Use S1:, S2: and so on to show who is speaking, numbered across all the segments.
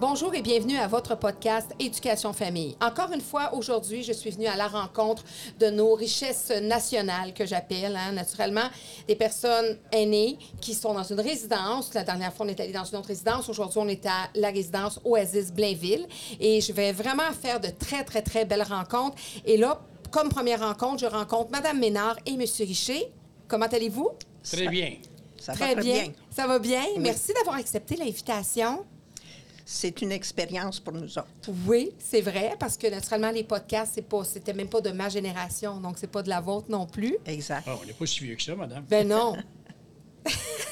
S1: Bonjour et bienvenue à votre podcast Éducation Famille. Encore une fois, aujourd'hui, je suis venue à la rencontre de nos richesses nationales que j'appelle, hein, naturellement, des personnes aînées qui sont dans une résidence. La dernière fois, on est allé dans une autre résidence. Aujourd'hui, on est à la résidence Oasis Blainville. Et je vais vraiment faire de très, très, très belles rencontres. Et là, comme première rencontre, je rencontre Madame Ménard et Monsieur Richer. Comment allez-vous?
S2: Très bien.
S3: Ça va
S1: Très bien. Ça va bien? Merci d'avoir accepté l'invitation.
S3: C'est une expérience pour nous autres.
S1: Oui, c'est vrai, parce que naturellement, les podcasts, c'est pas, c'était même pas de ma génération, donc c'est pas de la vôtre non plus.
S3: Exact.
S2: Ah, on n'est pas si vieux que ça, madame.
S1: Ben non.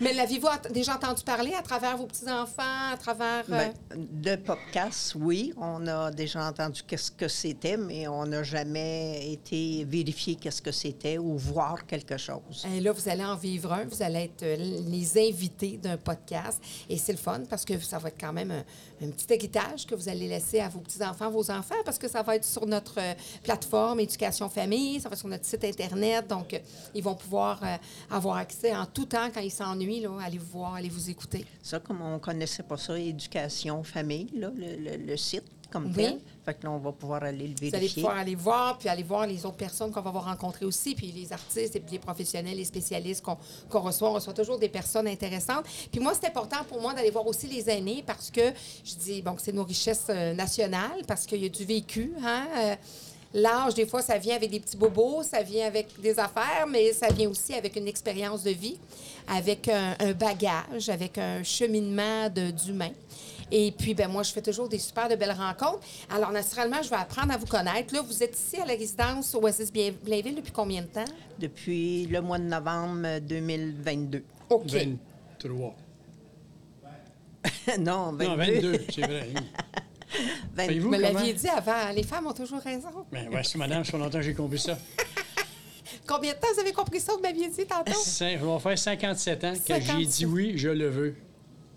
S1: Mais l'aviez-vous ent- déjà entendu parler à travers vos petits-enfants, à travers... euh,
S3: Ben, de podcast, oui, on a déjà entendu qu'est-ce que c'était, mais on n'a jamais été vérifier qu'est-ce que c'était ou voir quelque chose.
S1: Et Euh, là, vous allez en vivre un, vous allez être euh, les invités d'un podcast. Et c'est le fun parce que ça va être quand même un, un petit héritage que vous allez laisser à vos petits-enfants, vos enfants, parce que ça va être sur notre euh, plateforme Éducation Famille, ça va être sur notre site Internet. Donc, euh, ils vont pouvoir euh, avoir accès en tout temps quand ils s'ennuient. là, Allez vous voir, allez vous écouter.
S3: Ça, comme on ne connaissait pas ça, éducation, famille, là, le, le- le site comme
S1: Oui.
S3: tel. Fait que là, on va pouvoir aller le
S1: Vous allez
S3: vérifier.
S1: pouvoir aller voir, puis aller voir les autres personnes qu'on va avoir rencontrées aussi, puis les artistes, et puis les professionnels, les spécialistes qu'on qu'on reçoit. On reçoit toujours des personnes intéressantes. Puis moi, c'est important pour moi d'aller voir aussi les aînés parce que je dis, bon, que c'est nos richesses euh, nationales, parce qu'il y a du vécu, hein? euh, L'âge, des fois, ça vient avec des petits bobos, ça vient avec des affaires, mais ça vient aussi avec une expérience de vie, avec un, un bagage, avec un cheminement de- d'humain. Et puis, ben moi, je fais toujours des super de belles rencontres. Alors, naturellement, je vais apprendre à vous connaître. Là, vous êtes ici à la résidence Oasis Bien- Blainville depuis combien de temps?
S3: Depuis le mois de novembre 2022.
S1: OK.
S2: 23.
S3: non, 22.
S2: Non, 22, c'est vrai.
S3: Vingt-
S2: Voyez-vous
S1: Vous me
S2: comment-
S1: l'aviez dit avant, les femmes ont toujours raison.
S2: Ben, ouais, c'est madame, ça fait longtemps que j'ai compris ça.
S1: Combien de temps vous avez compris ça, vous m'aviez dit tantôt?
S2: Cin- je vais faire 57 ans que j'ai
S1: 57.
S2: dit oui, je le veux.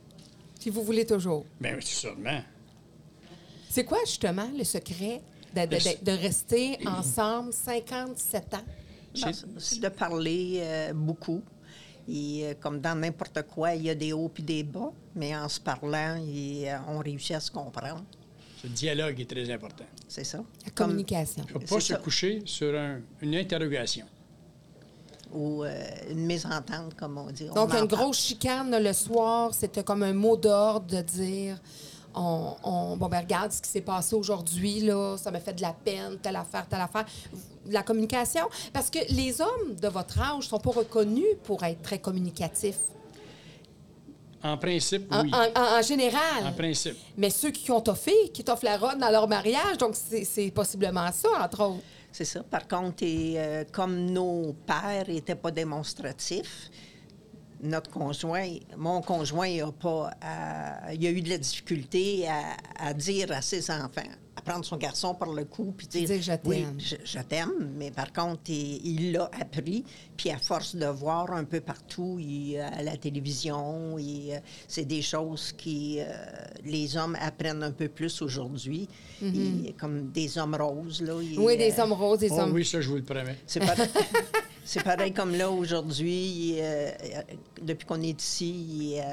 S1: Puis vous voulez toujours.
S2: Ben, oui, sûrement.
S1: C'est quoi, justement, le secret de, de- de- de rester ensemble 57 ans?
S3: Non, c'est- Bah, C'est de parler euh, beaucoup. Et euh, comme dans n'importe quoi, il y a des hauts puis des bas, mais en se parlant, et, euh, on réussit à se comprendre.
S2: Ce dialogue est très important.
S3: C'est ça.
S1: La
S3: Comme-
S1: communication.
S2: Il ne faut
S3: C'est
S2: pas se
S3: ça.
S2: coucher sur un- une interrogation.
S3: Ou euh, une mésentente, comme on dit. On
S1: Donc,
S3: en
S1: une
S3: parle.
S1: grosse chicane le soir, c'était comme un mot d'ordre de dire on, on- bon, ben, regarde ce qui s'est passé aujourd'hui, là, ça m'a fait de la peine, telle affaire, telle affaire. De la communication. Parce que les hommes de votre âge sont pas reconnus pour être très communicatifs.
S2: En principe,
S1: En,
S2: oui.
S1: en- en- en
S2: En
S1: général.
S2: principe.
S1: Mais ceux qui ont toffé, qui toffent la robe dans leur mariage, donc c'est c'est possiblement ça, entre autres.
S3: C'est ça. Par contre, et, euh, comme nos pères n'étaient pas démonstratifs, notre conjoint, mon conjoint, il a, pas à- il a eu de la difficulté à, à dire à ses enfants, à prendre son garçon par le cou, puis dire,
S1: Dire, je
S3: oui,
S1: t'aime.
S3: je, je t'aime, mais par contre, il il l'a appris, puis à force de voir un peu partout, il- euh, à la télévision, il, euh, c'est des choses qui euh, les hommes apprennent un peu plus aujourd'hui, Ils- comme des hommes roses, là. ils,
S1: Mm-hmm. Oui, des
S3: euh,
S1: hommes roses, des
S2: Oh,
S1: hommes.
S2: oui, ça, je vous le promets.
S3: c'est pareil, c'est pareil comme là aujourd'hui, euh, euh, depuis qu'on est ici, et, euh,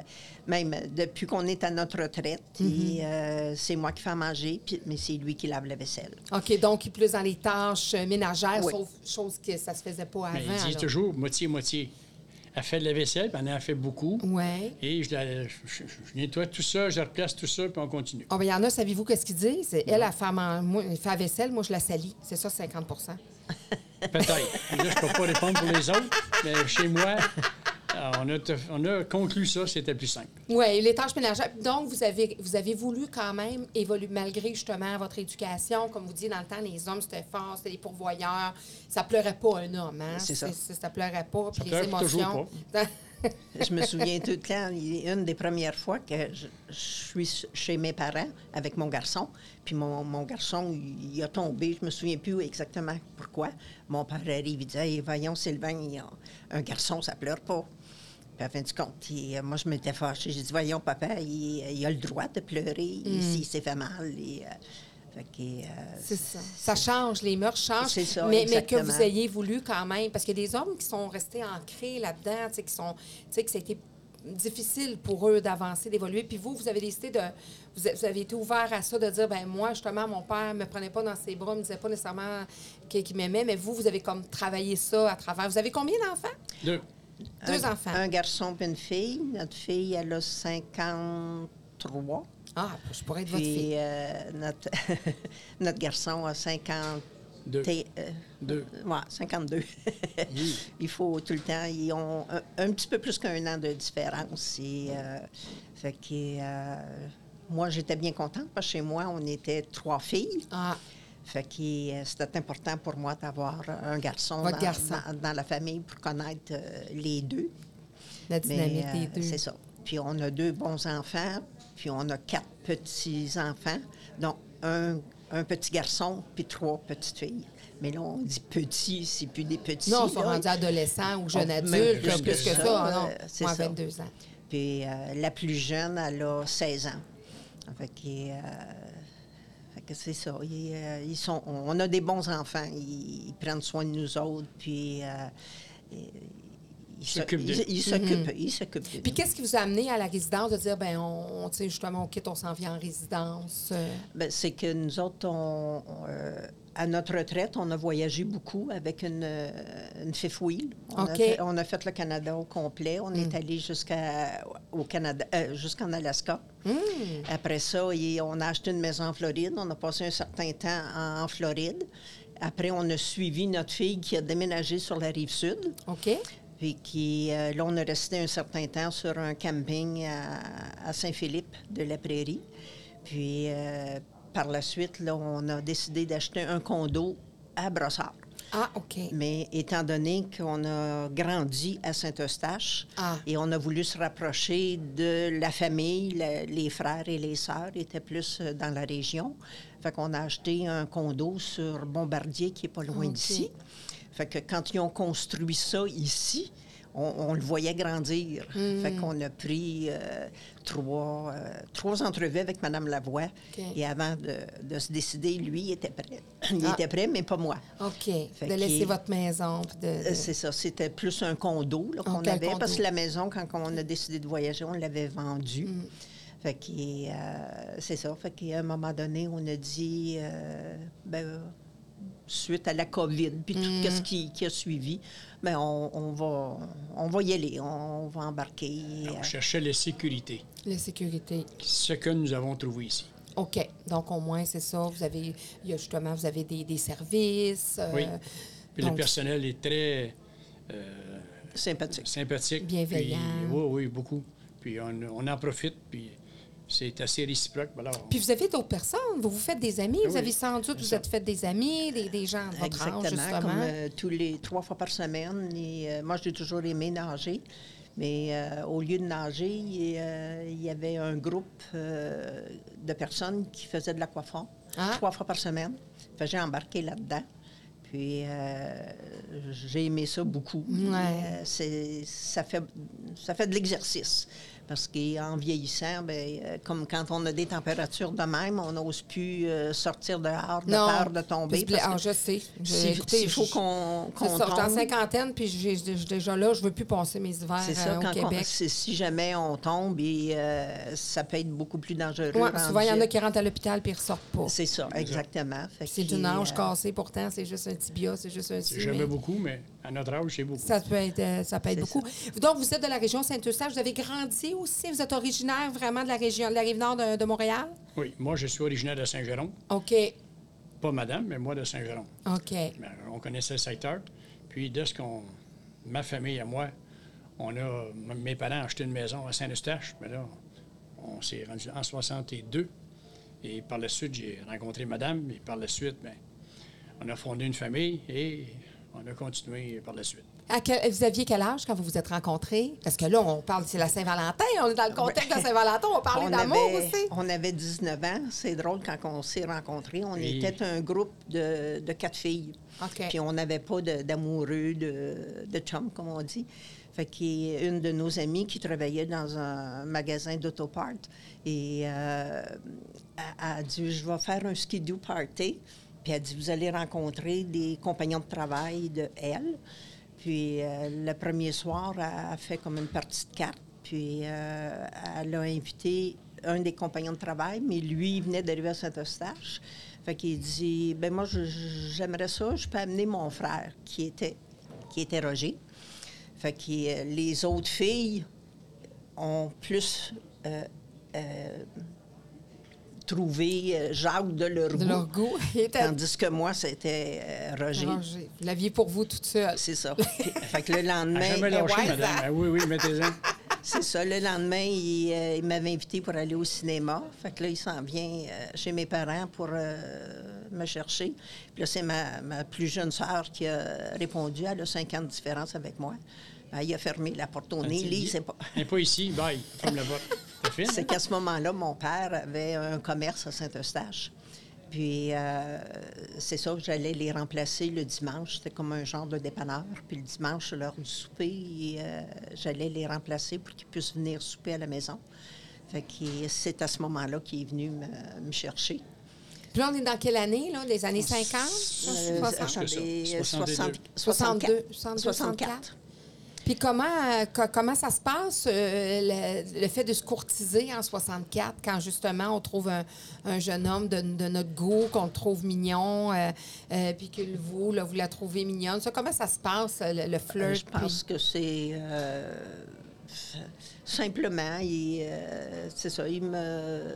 S3: même depuis qu'on est à notre retraite, et, euh, c'est moi qui fais à manger, puis- mais c'est lui qui lave la vaisselle.
S1: OK, donc, il est plus dans les tâches euh, ménagères,
S3: Oui.
S1: sauf chose que ça se faisait pas avant.
S2: Mais il dit
S1: là.
S2: toujours moitié-moitié. Elle fait de la vaisselle, puis elle en fait beaucoup.
S1: Ouais.
S2: Et je, la- je- je- je nettoie tout ça, je replace tout ça, puis on continue.
S1: Ah, ben, il y en a, savez-vous qu'est-ce qu'ils disent? C'est, Elle, elle fait, à man- moi, elle fait la vaisselle, moi, je la salis. C'est ça, 50
S2: Peut-être. Là, je ne peux pas répondre pour les autres, mais chez moi, euh, on a, on a conclu ça, c'était plus simple.
S1: Oui, les tâches ménagères. Donc, vous avez, vous avez voulu quand même évoluer, malgré justement votre éducation. Comme vous dites, dans le temps, les hommes, c'était fort, c'était les pourvoyeurs. Ça pleurait pas un homme, hein?
S3: C'est ça.
S1: ça pleurait pas. Puis les
S2: pleure toujours
S1: émotions.
S3: Je me souviens tout le temps, il- une des premières fois que je, je suis s- chez mes parents avec mon garçon, puis mon, mon garçon, il, il a tombé, je me souviens plus exactement pourquoi. Mon père arrive, il dit Hey, Voyons, Sylvain, il y a un garçon, ça pleure pas. Puis, à fin du compte, il- euh, moi, je m'étais fâchée. J'ai dit, voyons, papa, il, il a le droit de pleurer et s'il s'est fait mal. Et, euh, fait que, euh,
S1: C'est ça. Ça change, les mœurs changent.
S3: C'est ça,
S1: mais, mais que
S3: exactement.
S1: vous ayez voulu quand même, parce qu'il y a des hommes qui sont restés ancrés là-dedans, tu sais, qui sont, tu sais, que ça a été difficile pour eux d'avancer, d'évoluer. Puis vous, vous avez décidé de, vous a- vous avez été ouvert à ça, de dire, ben moi, justement, mon père me prenait pas dans ses bras, me disait pas nécessairement qu'il qu'il m'aimait, mais vous, vous avez comme travaillé ça à travers. Vous avez combien d'enfants?
S2: Deux.
S1: Deux
S3: un,
S1: enfants.
S3: Un garçon puis une fille. Notre fille, elle a 53.
S1: Ah, je pourrais être votre fille.
S3: Puis euh, notre, notre garçon a 50.
S2: Deux.
S3: et- euh,
S2: Deux.
S3: ouais, 52. Il faut tout le temps, ils ont un, un petit peu plus qu'un an de différence. Et, euh, fait que, euh, moi, j'étais bien contente parce que chez moi, on était trois filles.
S1: Ah,
S3: Fait que euh, c'était important pour moi d'avoir un garçon,
S1: Votre
S3: dans,
S1: garçon.
S3: dans- dans la famille pour connaître euh, les deux.
S1: la dynamique
S3: Mais,
S1: des
S3: euh,
S1: deux.
S3: C'est ça. Puis on a deux bons enfants, puis on a quatre petits-enfants, dont un, un petit garçon, puis trois petites filles. Mais là, on dit petits, c'est plus des petits.
S1: Non, ils sont
S3: là.
S1: rendus adolescents ou jeunes
S3: même
S1: adultes,
S2: plus
S1: là,
S2: que
S1: plus que
S2: ça,
S1: ça. ah non,
S3: euh, c'est
S1: moi, à
S3: ça.
S1: 22 ans.
S3: Puis euh, la plus jeune, elle a 16 ans. Fait que, euh, fait que c'est ça. Ils, euh, ils sont, on a des bons enfants. Ils, ils prennent soin de nous autres. Puis euh, ils- ils se-
S2: s'occupent d'eux.
S3: ils- ils s'occupent. Ils s'occupent. d'eux.
S1: Mhm. Puis qu'est-ce qui vous a amené à la résidence de dire, ben on, on, tu sais, justement, on quitte, on s'en vient en résidence? euh,
S3: Ben, c'est que nous autres, on- on, euh, à notre retraite, on a voyagé beaucoup avec une, euh, une fifth wheel. On,
S1: OK.
S3: a fait, on a fait le Canada au complet. On est allé jusqu'à au Canada, euh, jusqu'en Alaska. Après ça, et on a acheté une maison en Floride. On a passé un certain temps en, en Floride. Après, on a suivi notre fille qui a déménagé sur la rive sud.
S1: OK?
S3: Puis qui, euh, là, on a resté un certain temps sur un camping à, à Saint-Philippe de la Prairie. Puis euh, par la suite, là, on a décidé d'acheter un condo à Brossard.
S1: Ah, OK.
S3: Mais étant donné qu'on a grandi à Saint-Eustache
S1: Ah.
S3: et on a voulu se rapprocher de la famille, la- les frères et les sœurs étaient plus euh, dans la région. Fait qu'on a acheté un condo sur Bombardier qui est pas loin
S1: OK.
S3: d'ici. Fait que quand ils ont construit ça ici, on, on le voyait grandir.
S1: Mm-hmm.
S3: Fait qu'on a pris euh, trois, euh, trois entrevues avec Mme Lavoie.
S1: OK.
S3: Et avant de, de se décider, lui, il était prêt. Il
S1: Ah.
S3: était prêt, mais pas moi.
S1: OK.
S3: Fait
S1: de laisser
S3: qu'il-
S1: votre maison. puis de- de-
S3: Euh, C'est ça, c'était plus un condo là, qu'on
S1: Ok, un
S3: avait, parce
S1: condo.
S3: que la maison, quand on a décidé de voyager, on l'avait vendue.
S1: Mm.
S3: Fait que, euh, c'est ça, fait qu'à un moment donné, on a dit, euh, ben, euh, suite à la COVID, puis tout
S1: Mm.
S3: ce qui, qui a suivi, ben, on, on va, on va y aller, on, va embarquer.
S2: On
S3: euh,
S2: cherchait la sécurité,
S1: La sécurité.
S2: ce que nous avons trouvé ici.
S1: OK. Donc, au moins, c'est ça. Vous avez, il y a justement, vous avez des, des services. euh,
S2: Oui. Puis le
S1: donc-
S2: personnel est très euh,
S3: sympathique.
S2: sympathique.
S1: Bienveillant.
S2: puis- oui, oui, beaucoup. Puis on, on en profite, puis c'est assez réciproque. Ben Alors,
S1: Puis vous avez d'autres personnes. Vous vous faites des amis. Vous
S2: oui.
S1: avez sans doute, vous
S2: Ça.
S1: êtes fait des amis, des, des gens de votre
S3: Exactement,
S1: âge, justement.
S3: comme euh, tous les trois fois par semaine. Et, euh, moi, j'ai toujours aimé nager. Mais euh, au lieu de nager, il euh, il y avait un groupe euh, de personnes qui faisaient de l'aquafond
S1: Ah.
S3: trois fois par semaine. Fait que j'ai embarqué là-dedans. Puis euh, j'ai aimé ça beaucoup.
S1: Ouais.
S3: Euh, c'est- ça, fait, ça fait de l'exercice. Parce qu'en vieillissant, ben, euh, comme quand on a des températures de même, on n'ose plus euh, sortir dehors de peur de tomber.
S1: puis se pla-
S3: parce que-
S1: ah, je sais. Je,
S3: si-
S1: écoutez,
S3: s'il faut
S1: je-
S3: qu'on- qu'on
S1: c'est ça, je suis en
S3: tombe.
S1: cinquantaine, puis j'ai- j'ai- déjà là, je veux plus passer mes hivers
S3: C'est ça,
S1: euh, au
S3: quand on-
S1: Québec.
S3: c'est- si jamais on tombe, et, euh, ça peut être beaucoup plus dangereux.
S1: Ouais,
S3: rendu-
S1: souvent, il y en a qui rentrent à l'hôpital puis ils ressortent pas.
S3: C'est ça, exactement. Fait
S1: C'est
S3: qu'il,
S1: une hanche
S3: euh,
S1: cassée, pourtant, c'est juste un tibia, c'est juste un
S2: c'est
S1: ci,
S2: jamais
S1: mais
S2: beaucoup, mais à notre âge, c'est beaucoup.
S1: Ça peut être, euh, ça peut être
S3: C'est
S1: beaucoup. Donc, vous êtes de la région Saint-Eustache. Vous avez grandi aussi. Vous êtes originaire vraiment de la région, de la rive nord de, de Montréal?
S2: Oui, moi, je suis originaire de Saint-Jérôme.
S1: OK.
S2: Pas madame, mais moi de Saint-Jérôme.
S1: OK.
S2: Ben, on connaissait le secteur. Puis, de ce qu'on. Ma famille et moi, on a. m- Mes parents ont acheté une maison à Saint-Eustache, mais là, on s'est rendu en 62. Et par la suite, j'ai rencontré madame, et par la suite, ben, on a fondé une famille et on a continué par la suite.
S1: À quel- vous aviez quel âge quand vous vous êtes rencontrés? Parce que là, on parle, c'est la Saint-Valentin. On est dans le contexte de Saint-Valentin. On parlait
S3: on
S1: d'amour
S3: avait-
S1: aussi.
S3: On avait 19 ans. C'est drôle, quand on s'est rencontrés, on
S2: Oui.
S3: était un groupe de, de quatre filles.
S1: OK.
S3: Puis on n'avait pas de- d'amoureux, de, de chum, comme on dit. Fait Fait qu'il y a une de nos amies qui travaillait dans un magasin d'autoparts et euh, elle a dit Je vais faire un skidoo party. Puis elle a dit Vous allez rencontrer des compagnons de travail de elle. Puis euh, le premier soir, elle a fait comme une partie de cartes. Puis euh, elle a invité un des compagnons de travail, mais lui, il venait d'arriver à Saint-Eustache. Fait qu'il dit ben moi, je- je- j'aimerais ça, je peux amener mon frère, qui était, qui était Roger. Fait que euh, les autres filles ont plus euh, euh, trouvé euh, Jacques de leur
S1: De
S3: goût,
S1: leur goût. Il était
S3: Tandis que moi, c'était euh, Roger.
S1: Roger. Vous l'aviez pour vous toute seule.
S3: C'est ça. fait que le
S2: À
S3: lendemain,
S2: jamais lâché,
S1: ouais, ça-
S2: madame. Ah oui, oui, mettez-en.
S3: C'est ça. Le lendemain, il, euh, il m'avait invité pour aller au cinéma. Fait que là, il s'en vient euh, chez mes parents pour euh, me chercher. Puis là, c'est ma, ma plus jeune sœur qui a répondu. Elle a 5 ans de différence avec moi. Ben, il a fermé la porte au nez. Lise, c'est pas...
S2: N'est pas ici, bye. Ferme la porte. T'as fini?
S3: C'est qu'à ce moment-là, mon père avait un commerce à Saint-Eustache. Puis euh, c'est ça que j'allais les remplacer le dimanche. C'était comme un genre de dépanneur. Puis le dimanche, à l'heure du souper, euh, j'allais les remplacer pour qu'ils puissent venir souper à la maison. Fait que c'est à ce moment-là qu'il est venu me, me chercher.
S1: Puis là, on est dans quelle année, là? Les années 50?
S3: Euh,
S1: 60?
S3: attendez,
S2: Plus que ça.
S3: 60,
S1: 62,
S3: 64.
S1: 64. Puis comment, euh, co- comment ça se passe, euh, le, le fait de se courtiser en 64, quand justement on trouve un, un jeune homme de, de notre goût, qu'on le trouve mignon, euh, euh, puis que vous, là, vous la trouvez mignonne? Ça, comment ça se passe, euh, le, le flirt?
S3: Euh, Je pense que c'est euh, simplement, il, euh, c'est ça, il m'a euh,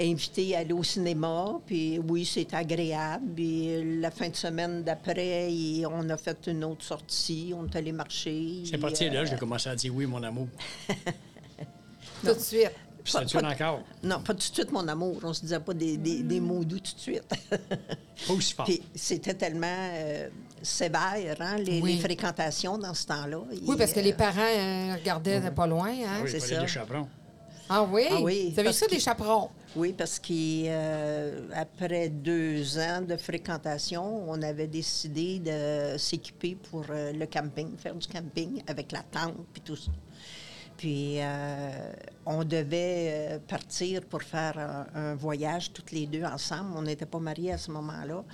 S3: invité à aller au cinéma, puis oui, c'est agréable. Puis la fin de semaine d'après, il- on a fait une autre sortie, on est allé marcher.
S2: C'est parti,
S3: euh,
S2: là, j'ai commencé à dire oui, mon amour.
S1: puis tout de suite.
S2: Puis ça
S3: Pas-
S2: dure
S3: pas-
S2: encore.
S3: Non, pas tout de suite, mon amour. On se disait pas des, des- des
S1: Mm.
S3: mots doux tout de suite.
S2: Pas aussi fort.
S3: Puis c'était tellement euh, sévère, hein, les,
S1: Oui.
S3: les fréquentations dans ce temps-là.
S1: Oui,
S3: Et,
S1: parce que les
S3: euh,
S1: parents euh, regardaient de pas loin. Hein?
S2: oui,
S3: c'est
S2: fallait
S3: ça.
S2: des chaperons.
S1: Ah oui?
S3: Ah oui,
S1: Vous avez vu
S3: parce
S1: ça, des
S3: que-
S1: chaperons?
S3: Oui, parce qu'après deux ans de fréquentation, on avait décidé de s'équiper pour euh, le camping, faire du camping avec la tente puis tout ça. Puis euh, on devait euh, partir pour faire un, un voyage toutes les deux ensemble. On n'était pas mariés à ce moment-là.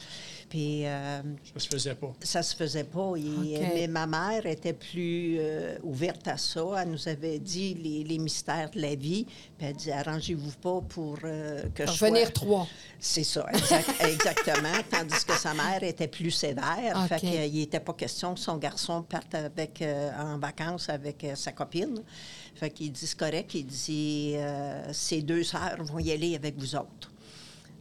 S3: Puis euh,
S2: Ça se faisait pas.
S3: ça se faisait pas. Et-
S1: OK.
S3: Mais ma mère était plus euh, ouverte à ça. Elle nous avait dit les, les mystères de la vie. Puis elle dit arrangez-vous pas pour euh, que
S1: Pour
S3: je sois-
S1: venir trois.
S3: C'est ça, exact- exactement. Tandis que sa mère était plus sévère.
S1: OK.
S3: Fait qu'il n'était pas question que son garçon parte avec, euh, en vacances avec euh, sa copine. Fait qu'il dit c'est correct. Il dit euh, ses deux sœurs vont y aller avec vous autres.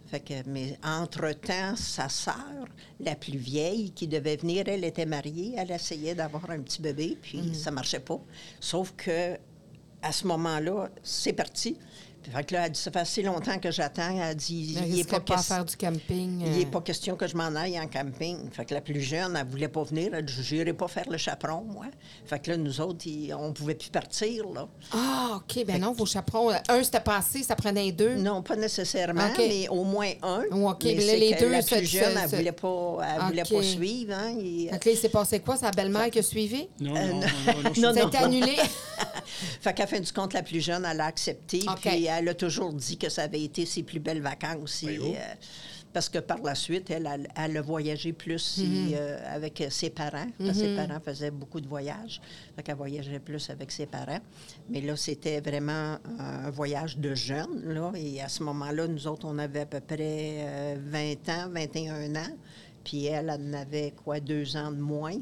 S3: Fait que, mais entre-temps, sa sœur, la plus vieille, qui devait venir, elle était mariée, elle essayait d'avoir un petit bébé, puis
S1: Mm.
S3: ça marchait pas. Sauf que à ce moment-là, c'est parti. Puis, fait que là, elle dit, ça fait assez longtemps que j'attends. Elle dit,
S1: Ils
S3: il n'est pas,
S1: pas à
S3: ques-
S1: faire du camping.
S3: il est
S1: euh,
S3: pas question que je m'en aille en camping. Fait que la plus jeune, elle voulait pas venir. Elle dit, j'irai pas faire le chaperon, moi. Fait que là, nous autres, on on pouvait plus partir, là.
S1: Ah, OK. Ben non, vos chaperons, un, c'était passé, ça prenait deux.
S3: Non, pas nécessairement,
S1: OK.
S3: mais au moins un.
S1: Ou OK, mais là,
S3: c'est
S1: les
S3: que
S1: deux,
S3: la
S1: ça-
S3: plus jeune,
S1: ça-
S3: elle
S1: ça-
S3: voulait pas, elle voulait
S1: OK.
S3: pas suivre. Hein, et, euh,
S1: Donc là, il s'est passé quoi? Sa belle-mère qui a suivi?
S2: Non, non, non, non,
S1: Ça
S2: non.
S1: a été annulé?
S3: Fait qu'à fin du compte, la plus jeune, elle a accepté.
S1: OK.
S3: Puis elle a toujours dit que ça avait été ses plus belles vacances. et,
S2: Voyez-vous.
S3: euh, parce que par la suite, elle, elle, elle a voyagé plus et,
S1: Mhm.
S3: euh, avec ses parents. Parce que ses parents faisaient beaucoup de voyages. Fait qu'elle voyageait plus avec ses parents. Mais là, c'était vraiment un voyage de jeunes. Là, et à ce moment-là, nous autres, on avait à peu près euh, 20 ans, 21 ans. Puis elle, elle en avait quoi, deux ans de moins.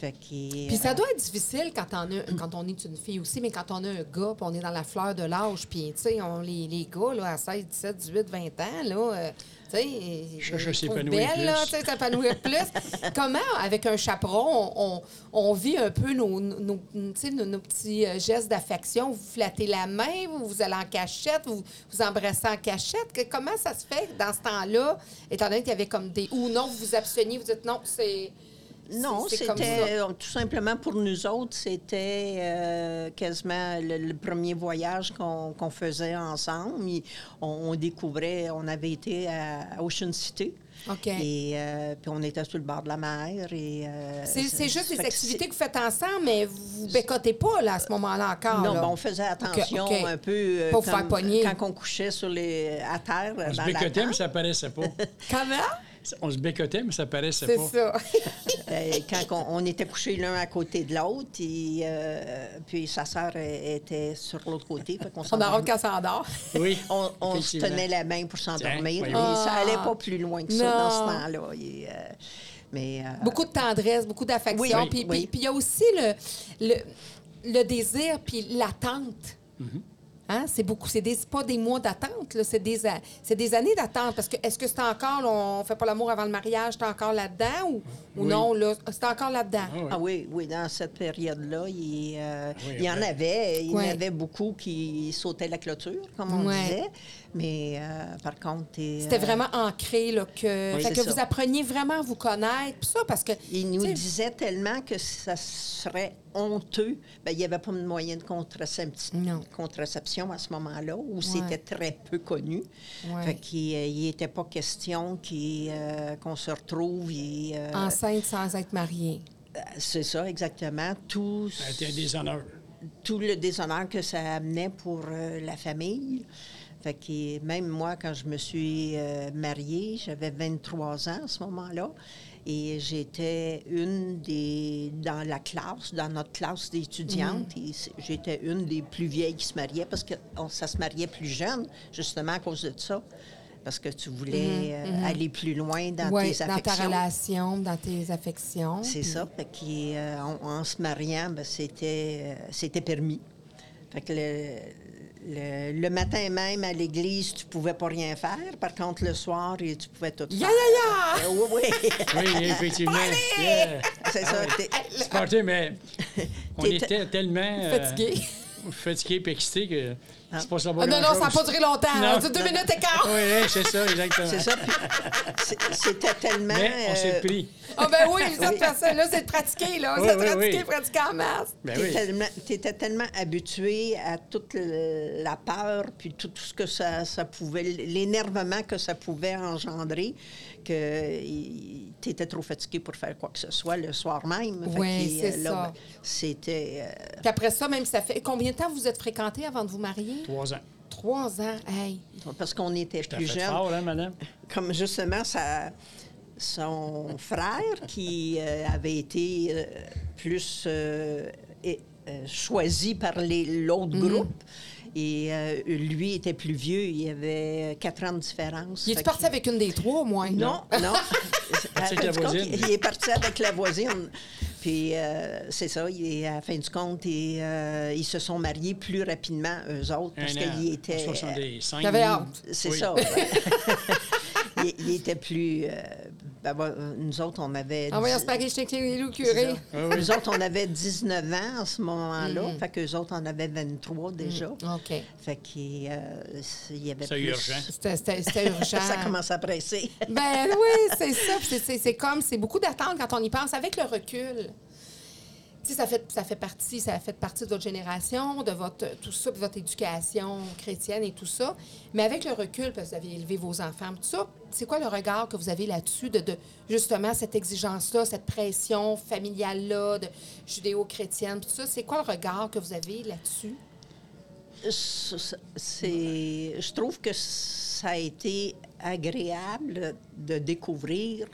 S3: Fait que,
S1: Puis ça
S3: euh,
S1: doit être difficile quand, on a- quand on est une fille aussi, mais quand on a un gars, puis on est dans la fleur de l'âge, puis, tu sais, on- les, les gars, là, à 16, 17, 18, 20 ans, là, euh, tu sais, ils
S2: Cherche à
S1: se trouvent
S2: s'épanouir
S1: belles, là,
S2: plus.
S1: tu sais, s'épanouir plus. Comment, avec un chaperon, on, on vit un peu nos, nos, tu sais, nos- nos petits euh, gestes d'affection? Vous flattez la main, vous, vous allez en cachette, vous vous embrassez en cachette. Que- comment ça se fait dans ce temps-là, étant donné qu'il y avait comme des... Ou non, vous vous absteniez, vous dites non, c'est...
S3: Non,
S1: C'est- c'est comme
S3: c'était euh, tout simplement pour nous autres, c'était euh, quasiment le, le premier voyage qu'on qu'on faisait ensemble. Il- on, on découvrait, on avait été à Ocean City.
S1: OK.
S3: Et euh, puis on était sur le bord de la mer. et euh,
S1: C'est c'est juste
S3: fait
S1: des
S3: que
S1: activités que vous faites ensemble, mais vous bécotez pas là, à ce moment-là encore.
S3: Non,
S1: là.
S3: ben, on faisait attention
S1: OK, OK.
S3: un peu euh,
S1: Pas vous faire pogner.
S3: quand on couchait sur les, à terre.
S2: On se
S3: dans la
S2: bécotait, mais
S3: tente.
S2: ça paraissait pas.
S1: Comment?
S2: On se bécotait, mais ça paraissait
S1: C'est
S2: pas.
S1: ça.
S3: Euh, quand on, on était couchés l'un à côté de l'autre, et euh, puis sa sœur euh, était sur l'autre côté. Fait qu'on
S1: on dort
S3: s'endormait.
S1: quand ça dort.
S2: Oui.
S3: on, on se
S2: effectivement.
S3: tenait la main pour s'endormir.
S2: Tiens,
S3: et
S2: voyons.
S3: Ça allait pas plus loin que ça dans ce
S1: Ah. Non.
S3: temps-là. Et, euh, mais euh,
S1: Beaucoup de tendresse, beaucoup d'affection.
S3: Oui,
S1: puis puis-
S3: oui.
S1: puis il y a aussi le, le, le désir, puis l'attente.
S3: Mm-hmm.
S1: Hein? C'est beaucoup, c'est des, pas des mois d'attente, là, c'est des, a- c'est des années d'attente. Parce que est-ce que c'est encore, là, on fait pas l'amour avant le mariage, c'est encore là-dedans ou, ou
S2: Oui.
S1: non, là, c'est encore là-dedans?
S2: Ah oui.
S3: Ah oui, oui, dans cette période-là, il, euh,
S2: oui,
S3: il y en
S2: ben-
S3: avait. Il y
S1: Ouais.
S3: en avait beaucoup qui sautaient la clôture, comme on
S1: Ouais.
S3: disait. Mais euh, par contre, t'es,
S1: C'était
S3: euh,
S1: vraiment ancré là, que,
S2: Oui,
S1: fait
S3: c'est
S1: que
S3: ça.
S1: vous appreniez vraiment à vous connaître. Puis ça, parce que.
S3: Il nous
S1: tu sais,
S3: disait tellement que ça serait honteux. Ben, il n'y avait pas de moyen de contracept-
S1: Non.
S3: contraception à ce moment-là, où c'était très peu connu.
S1: Ouais.
S3: Fait qu'il n'était pas question qu'il, euh, qu'on se retrouve. et, euh,
S1: enceinte sans être mariée.
S3: c'est ça, exactement. Tout,
S2: Ça a été un déshonneur.
S3: tout le déshonneur que ça amenait pour euh, la famille. Fait que même moi, quand je me suis euh, mariée, j'avais 23 ans à ce moment-là. Et j'étais une des. dans la classe, dans notre classe d'étudiantes.
S1: Mm.
S3: et c'est- J'étais une des plus vieilles qui se mariait parce que on- ça se mariait plus jeune, justement à cause de ça. Parce que tu voulais euh, aller plus loin dans
S1: Mm-hmm. Ouais,
S3: tes
S1: dans ta
S3: affections.
S1: relation, dans tes affections.
S3: C'est ça. Fait que, euh, en, en se mariant, ben, c'était, euh, c'était permis. Fait que le, le- le matin même à l'église, tu pouvais pas rien faire. Par contre, le soir, et tu pouvais tout
S1: Ya,
S3: faire.
S1: ya, ya!
S3: Euh, Oui, oui.
S2: Oui, effectivement. Yeah.
S3: C'est ça. t'es-
S2: C'est parti, mais on
S3: T'étais-
S2: était tellement euh,
S1: Fatiguée.
S2: fatigués et excités que c'est pas ça va
S1: Ah, non, non, ça n'a pas duré longtemps.
S2: Non.
S1: On dit deux minutes et quart.
S2: Oui, oui, c'est ça, exactement.
S3: C'est ça. puis c'est- C'était tellement.
S2: Mais on s'est
S3: euh,
S2: pris.
S1: Ah, ben oui, vous êtes personnes là, c'est de pratiquer, là.
S2: Oui,
S1: c'est de
S2: oui, oui.
S1: pratiquer, pratiquer en masse.
S2: Ben
S3: T'es
S2: oui.
S3: tellement- t'étais tellement habitué à toute le- la peur, puis tout, tout ce que ça, ça pouvait, l'énervement que ça pouvait engendrer, que y- t'étais trop fatigué pour faire quoi que ce soit le soir même. Fait
S1: Oui,
S3: que, euh,
S1: c'est
S3: là,
S1: ça.
S3: ben, C'était... euh,
S1: Puis après ça, même, ça fait. Combien de temps vous êtes fréquentés avant de vous marier?
S2: Trois ans.
S1: Trois ans. Hey.
S3: parce qu'on était
S2: T'as
S3: plus
S2: fait
S3: jeunes.
S2: fort, hein, madame?
S3: comme justement sa- son frère qui euh, avait été euh, plus euh, é- euh, choisi par les- l'autre
S1: Mhm.
S3: groupe. Et euh, lui était plus vieux, il avait quatre ans de différence.
S1: Il est
S3: Fait
S1: parti
S3: que-
S1: avec une des trois, au moins?
S3: Non, non.
S2: Parti avec la
S3: À- du compte,
S2: voisine.
S3: il- il est parti avec la voisine. Puis euh, c'est ça, il est- à la fin du compte, et, euh, ils se sont mariés plus rapidement, eux autres, parce
S2: Un an,
S3: qu'ils étaient...
S2: en 65.
S1: euh, J'avais hâte.
S3: C'est
S2: Oui.
S3: ça. il, il était plus. euh, ben, ben, nous autres, on avait.
S1: En voyant
S3: dix-
S1: ce paquet, je t'ai le
S3: c'est ça.
S1: curé.
S2: Ah Oui, oui.
S3: Nous autres, on avait 19 ans à ce moment-là. Fait qu'eux autres, on avait 23 déjà.
S1: OK.
S3: Fait qu'il euh, s- il y avait
S2: C'est
S3: plus...
S2: urgent.
S1: C'était- C'était c'était urgent.
S3: ça commence à presser.
S1: Ben oui, c'est ça. Puis c'est- C'est c'est comme, c'est beaucoup d'attentes quand on y pense avec le recul. Tu sais, ça fait, ça fait partie, ça fait partie de votre génération, de votre tout ça, de votre éducation chrétienne et tout ça. Mais avec le recul, parce que vous avez élevé vos enfants, tout ça, c'est quoi le regard que vous avez là-dessus de, de justement cette exigence-là, cette pression familiale-là, de judéo-chrétienne, tout ça? C'est quoi le regard que vous avez là-dessus?
S3: c'est, je trouve que ça a été agréable de découvrir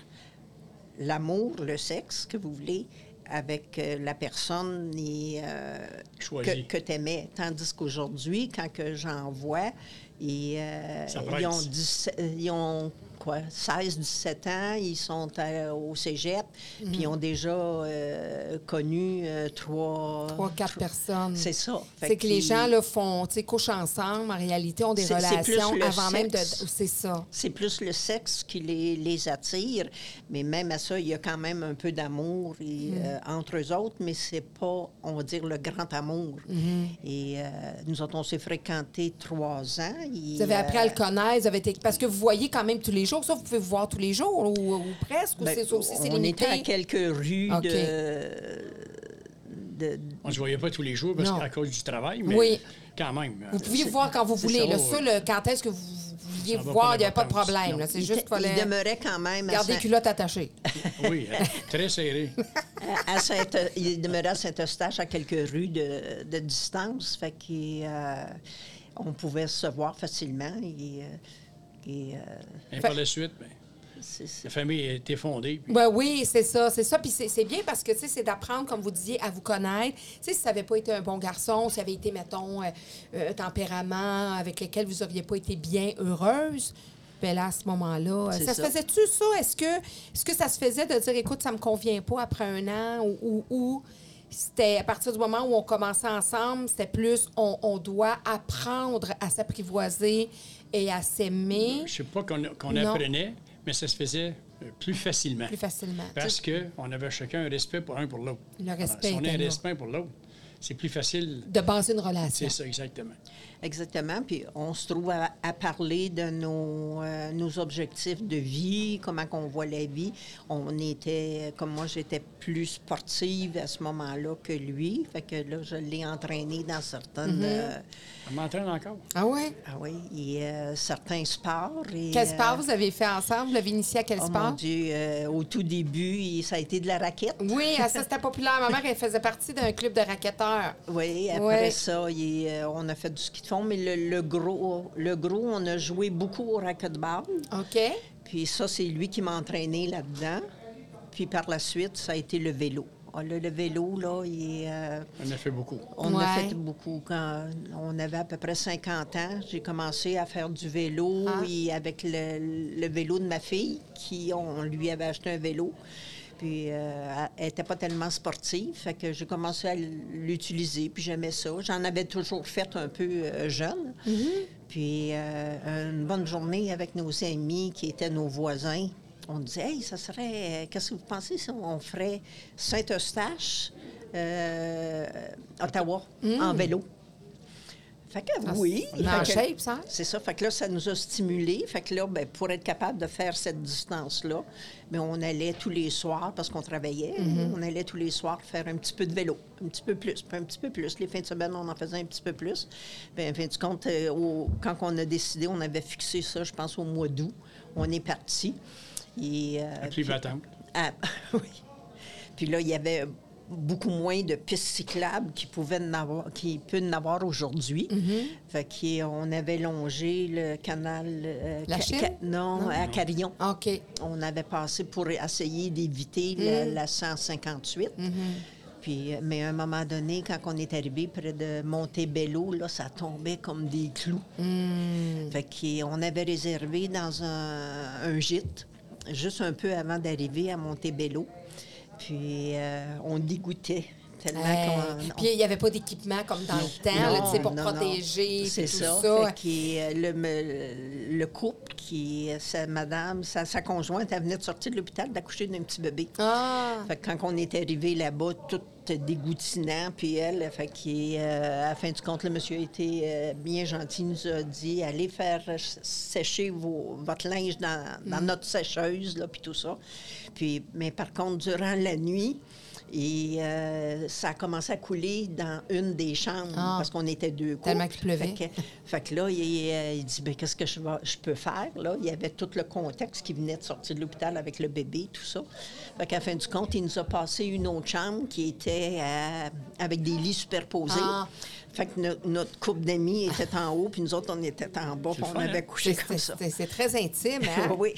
S3: l'amour, le sexe que vous voulez avec euh, la personne et, euh, que,
S2: Choisi.
S3: que tu aimais. Tandis qu'aujourd'hui, quand que j'en vois, et, euh,
S2: Ça
S3: ils, ont
S2: presse.
S3: 17 euh, ils ont quoi, 16, 17 ans, ils sont à- au cégep,
S1: Mhm.
S3: puis ils ont déjà euh, connu euh, trois...
S1: Trois, quatre personnes.
S3: C'est ça. Fait
S1: C'est que les
S3: qu'ils-
S1: gens là, font, tu sais, couchent ensemble, en réalité, ont des
S3: C'est- c'est plus
S1: relations
S3: le
S1: avant même de.
S3: sexe.
S1: C'est ça.
S3: C'est plus le sexe qui les, les attire, mais même à ça, il y a quand même un peu d'amour et,
S1: Mm-hmm.
S3: euh, entre eux autres, mais c'est pas, on va dire, le grand amour.
S1: Mm-hmm.
S3: Et euh, nous autres, on s'est fréquentés trois ans. et,
S1: Vous avez appris à le
S3: euh,
S1: connaître, vous avez été- parce que vous voyez quand même tous les jours. Ça, vous pouvez vous voir tous les jours, ou, ou presque, ou
S3: ben,
S1: c'est ça aussi, c'est
S3: on
S1: limité. été?
S3: à quelques rues
S1: OK.
S3: de, de-
S2: On ne se voyait pas tous les jours parce
S1: Non.
S2: qu'à cause du travail, mais
S1: Oui.
S2: quand même. euh,
S1: Vous pouviez
S2: c'est-
S1: voir quand vous
S2: c'est
S1: voulez.
S2: ça,
S1: Là.
S2: oui.
S1: Ça, le- euh, quand est-ce que vous vouliez
S2: Ça va
S1: voir,
S2: pas
S1: il n'y avait pas de
S2: d'importance,
S1: problème.
S2: non.
S1: là. C'est
S3: il,
S1: juste
S3: te-
S1: qu'il fallait
S3: il demeurait quand même à,
S1: garder les
S3: Saint-
S1: culottes attachées.
S2: Oui, euh, très serré.
S3: à- à Saint- il demeurait à Saint-Eustache à quelques rues de, de distance. Fait qu'il, euh, on pouvait se voir facilement. Et, euh, et, euh,
S2: Et par la suite, ben,
S3: c'est- c'est-
S2: la famille a été fondée. puis
S1: Ben oui, c'est ça, c'est ça. Puis c'est c'est bien parce que, tu sais, c'est d'apprendre, comme vous disiez, à vous connaître. Tu sais, si ça n'avait pas été un bon garçon, s'il avait été, mettons, euh, euh, un tempérament avec lequel vous auriez pas été bien heureuse, ben là, à ce moment-là, euh,
S3: C'est
S1: ça, se
S3: ça.
S1: faisait-tu ça? Est-ce que, est que ça se faisait de dire, écoute, ça me convient pas après un an ou... ou, ou c'était à partir du moment où on commençait ensemble, c'était plus on, on doit apprendre à s'apprivoiser et à s'aimer
S2: Je ne sais pas qu'on qu'on
S1: Non.
S2: apprenait, mais ça se faisait euh, plus facilement.
S1: plus facilement.
S2: Parce qu'on avait chacun un respect pour un pour l'autre.
S1: Le
S2: Alors,
S1: respect
S2: Si on a un
S1: était là.
S2: respect pour l'autre, c'est plus facile.
S1: De baser une relation.
S2: C'est ça, exactement.
S3: Exactement. Puis on se trouve à, à parler de nos, euh, nos objectifs de vie, comment qu'on voit la vie. On était, comme moi, j'étais plus sportive à ce moment-là que lui. Fait que là, je l'ai entraîné dans certaines,
S1: Mm-hmm.
S3: euh,
S2: On m'entraîne encore.
S1: Ah ouais?
S3: ah oui, et, euh, certains sports. Et,
S1: Quel
S3: euh,
S1: sport vous avez fait ensemble? Vous l'avez initié à quel
S3: oh mon
S1: sport?
S3: Dieu, euh, au tout début, il- ça a été de la raquette.
S1: Oui, ah, ça c'était populaire. Ma mère, elle faisait partie d'un club de raqueteurs.
S3: Oui, après
S1: Ouais.
S3: ça, il- euh, on a fait du ski de fond, mais le, le gros, le gros, on a joué beaucoup au racquetball.
S1: OK?
S3: Puis ça, c'est lui qui m'a entraîné là-dedans. Puis par la suite, ça a été le vélo. Ah, là, le vélo, là, il est, euh,
S2: On a fait beaucoup.
S3: on a
S1: Ouais.
S3: fait beaucoup. Quand on avait à peu près 50 ans, j'ai commencé à faire du vélo
S1: Ah.
S3: et avec le, le vélo de ma fille, qui on lui avait acheté un vélo. Puis euh, elle n'était pas tellement sportive, fait que j'ai commencé à l'utiliser, puis j'aimais ça. J'en avais toujours fait un peu euh, jeune.
S1: Mm-hmm.
S3: Puis euh, une bonne journée avec nos amis qui étaient nos voisins. On disait, hey, ça serait. euh, Qu'est-ce que vous pensez si on ferait Saint-Eustache, euh, Ottawa, en vélo? Fait que
S1: Ah,
S3: oui.
S1: on est en
S3: Fait que-
S1: shape, ça.
S3: C'est ça. Fait que là, ça nous a stimulés. Fait que là, ben, pour être capable de faire cette distance-là, ben, on allait tous les soirs, parce qu'on travaillait, on allait tous les soirs faire un petit peu de vélo, un petit peu plus, puis un petit peu plus. Les fins de semaine, on en faisait un petit peu plus. Ben, en fin du compte, euh, au- quand on a décidé, on avait fixé ça, je pense, au mois d'août. On est parti. Et, euh,
S2: Après, il va attendre.
S3: ah, oui. Puis là, il y avait beaucoup moins de pistes cyclables qui pouvaient en avoir, qui peut en avoir aujourd'hui.
S1: Mm-hmm.
S3: Fait qu'on avait longé le canal... euh,
S1: La
S3: Ca-
S1: Chine?
S3: Ca- non, à Carillon.
S1: OK.
S3: On avait passé pour essayer d'éviter la, la 158. Puis, euh, mais à un moment donné, quand on est arrivé près de Montebello, là, ça tombait comme des clous. Fait qu'on avait réservé dans un, un gîte, juste un peu avant d'arriver à Montebello. Puis euh, on dégoûtait tellement
S1: Hey.
S3: qu'on... on-
S1: Euh, Puis il n'y avait pas d'équipement comme dans le temps, là, tu sais, pour
S3: non, non.
S1: protéger. puis
S3: C'est
S1: tout
S3: ça.
S1: ça.
S3: Fait qu'il, euh, le, me- le couple qui, euh, sa madame, sa, sa conjointe, elle venait de sortir de l'hôpital d'accoucher d'un petit bébé.
S1: Ah!
S3: Fait que quand on est arrivé là-bas, tout dégoutinant, puis elle, fait qu'il, euh, à la fin du compte, le monsieur a été euh, bien gentil, il nous a dit allez faire s- sécher vos- votre linge dans, dans
S1: Mm.
S3: notre sécheuse, là, puis tout ça. Puis, mais par contre, durant la nuit, et euh, ça a commencé à couler dans une des chambres
S1: Ah.
S3: parce qu'on était deux couples.
S1: Tellement qu'il pleuvait.
S3: Fait que, fait que là, il, euh, il dit ben, qu'est-ce que je, vais- je peux faire là Il y avait tout le contexte qui venait de sortir de l'hôpital avec le bébé, tout ça. Fait qu'à la fin du compte, il nous a passé une autre chambre qui était euh, avec des lits superposés.
S1: Ah.
S3: Fait que no- notre couple d'amis était en haut, puis nous autres, on était en bas, puis
S2: le
S3: on
S2: fun, hein?
S3: avait couché
S1: C'est-
S3: comme ça.
S1: c'est- C'est c'est très intime, hein?
S3: Oui.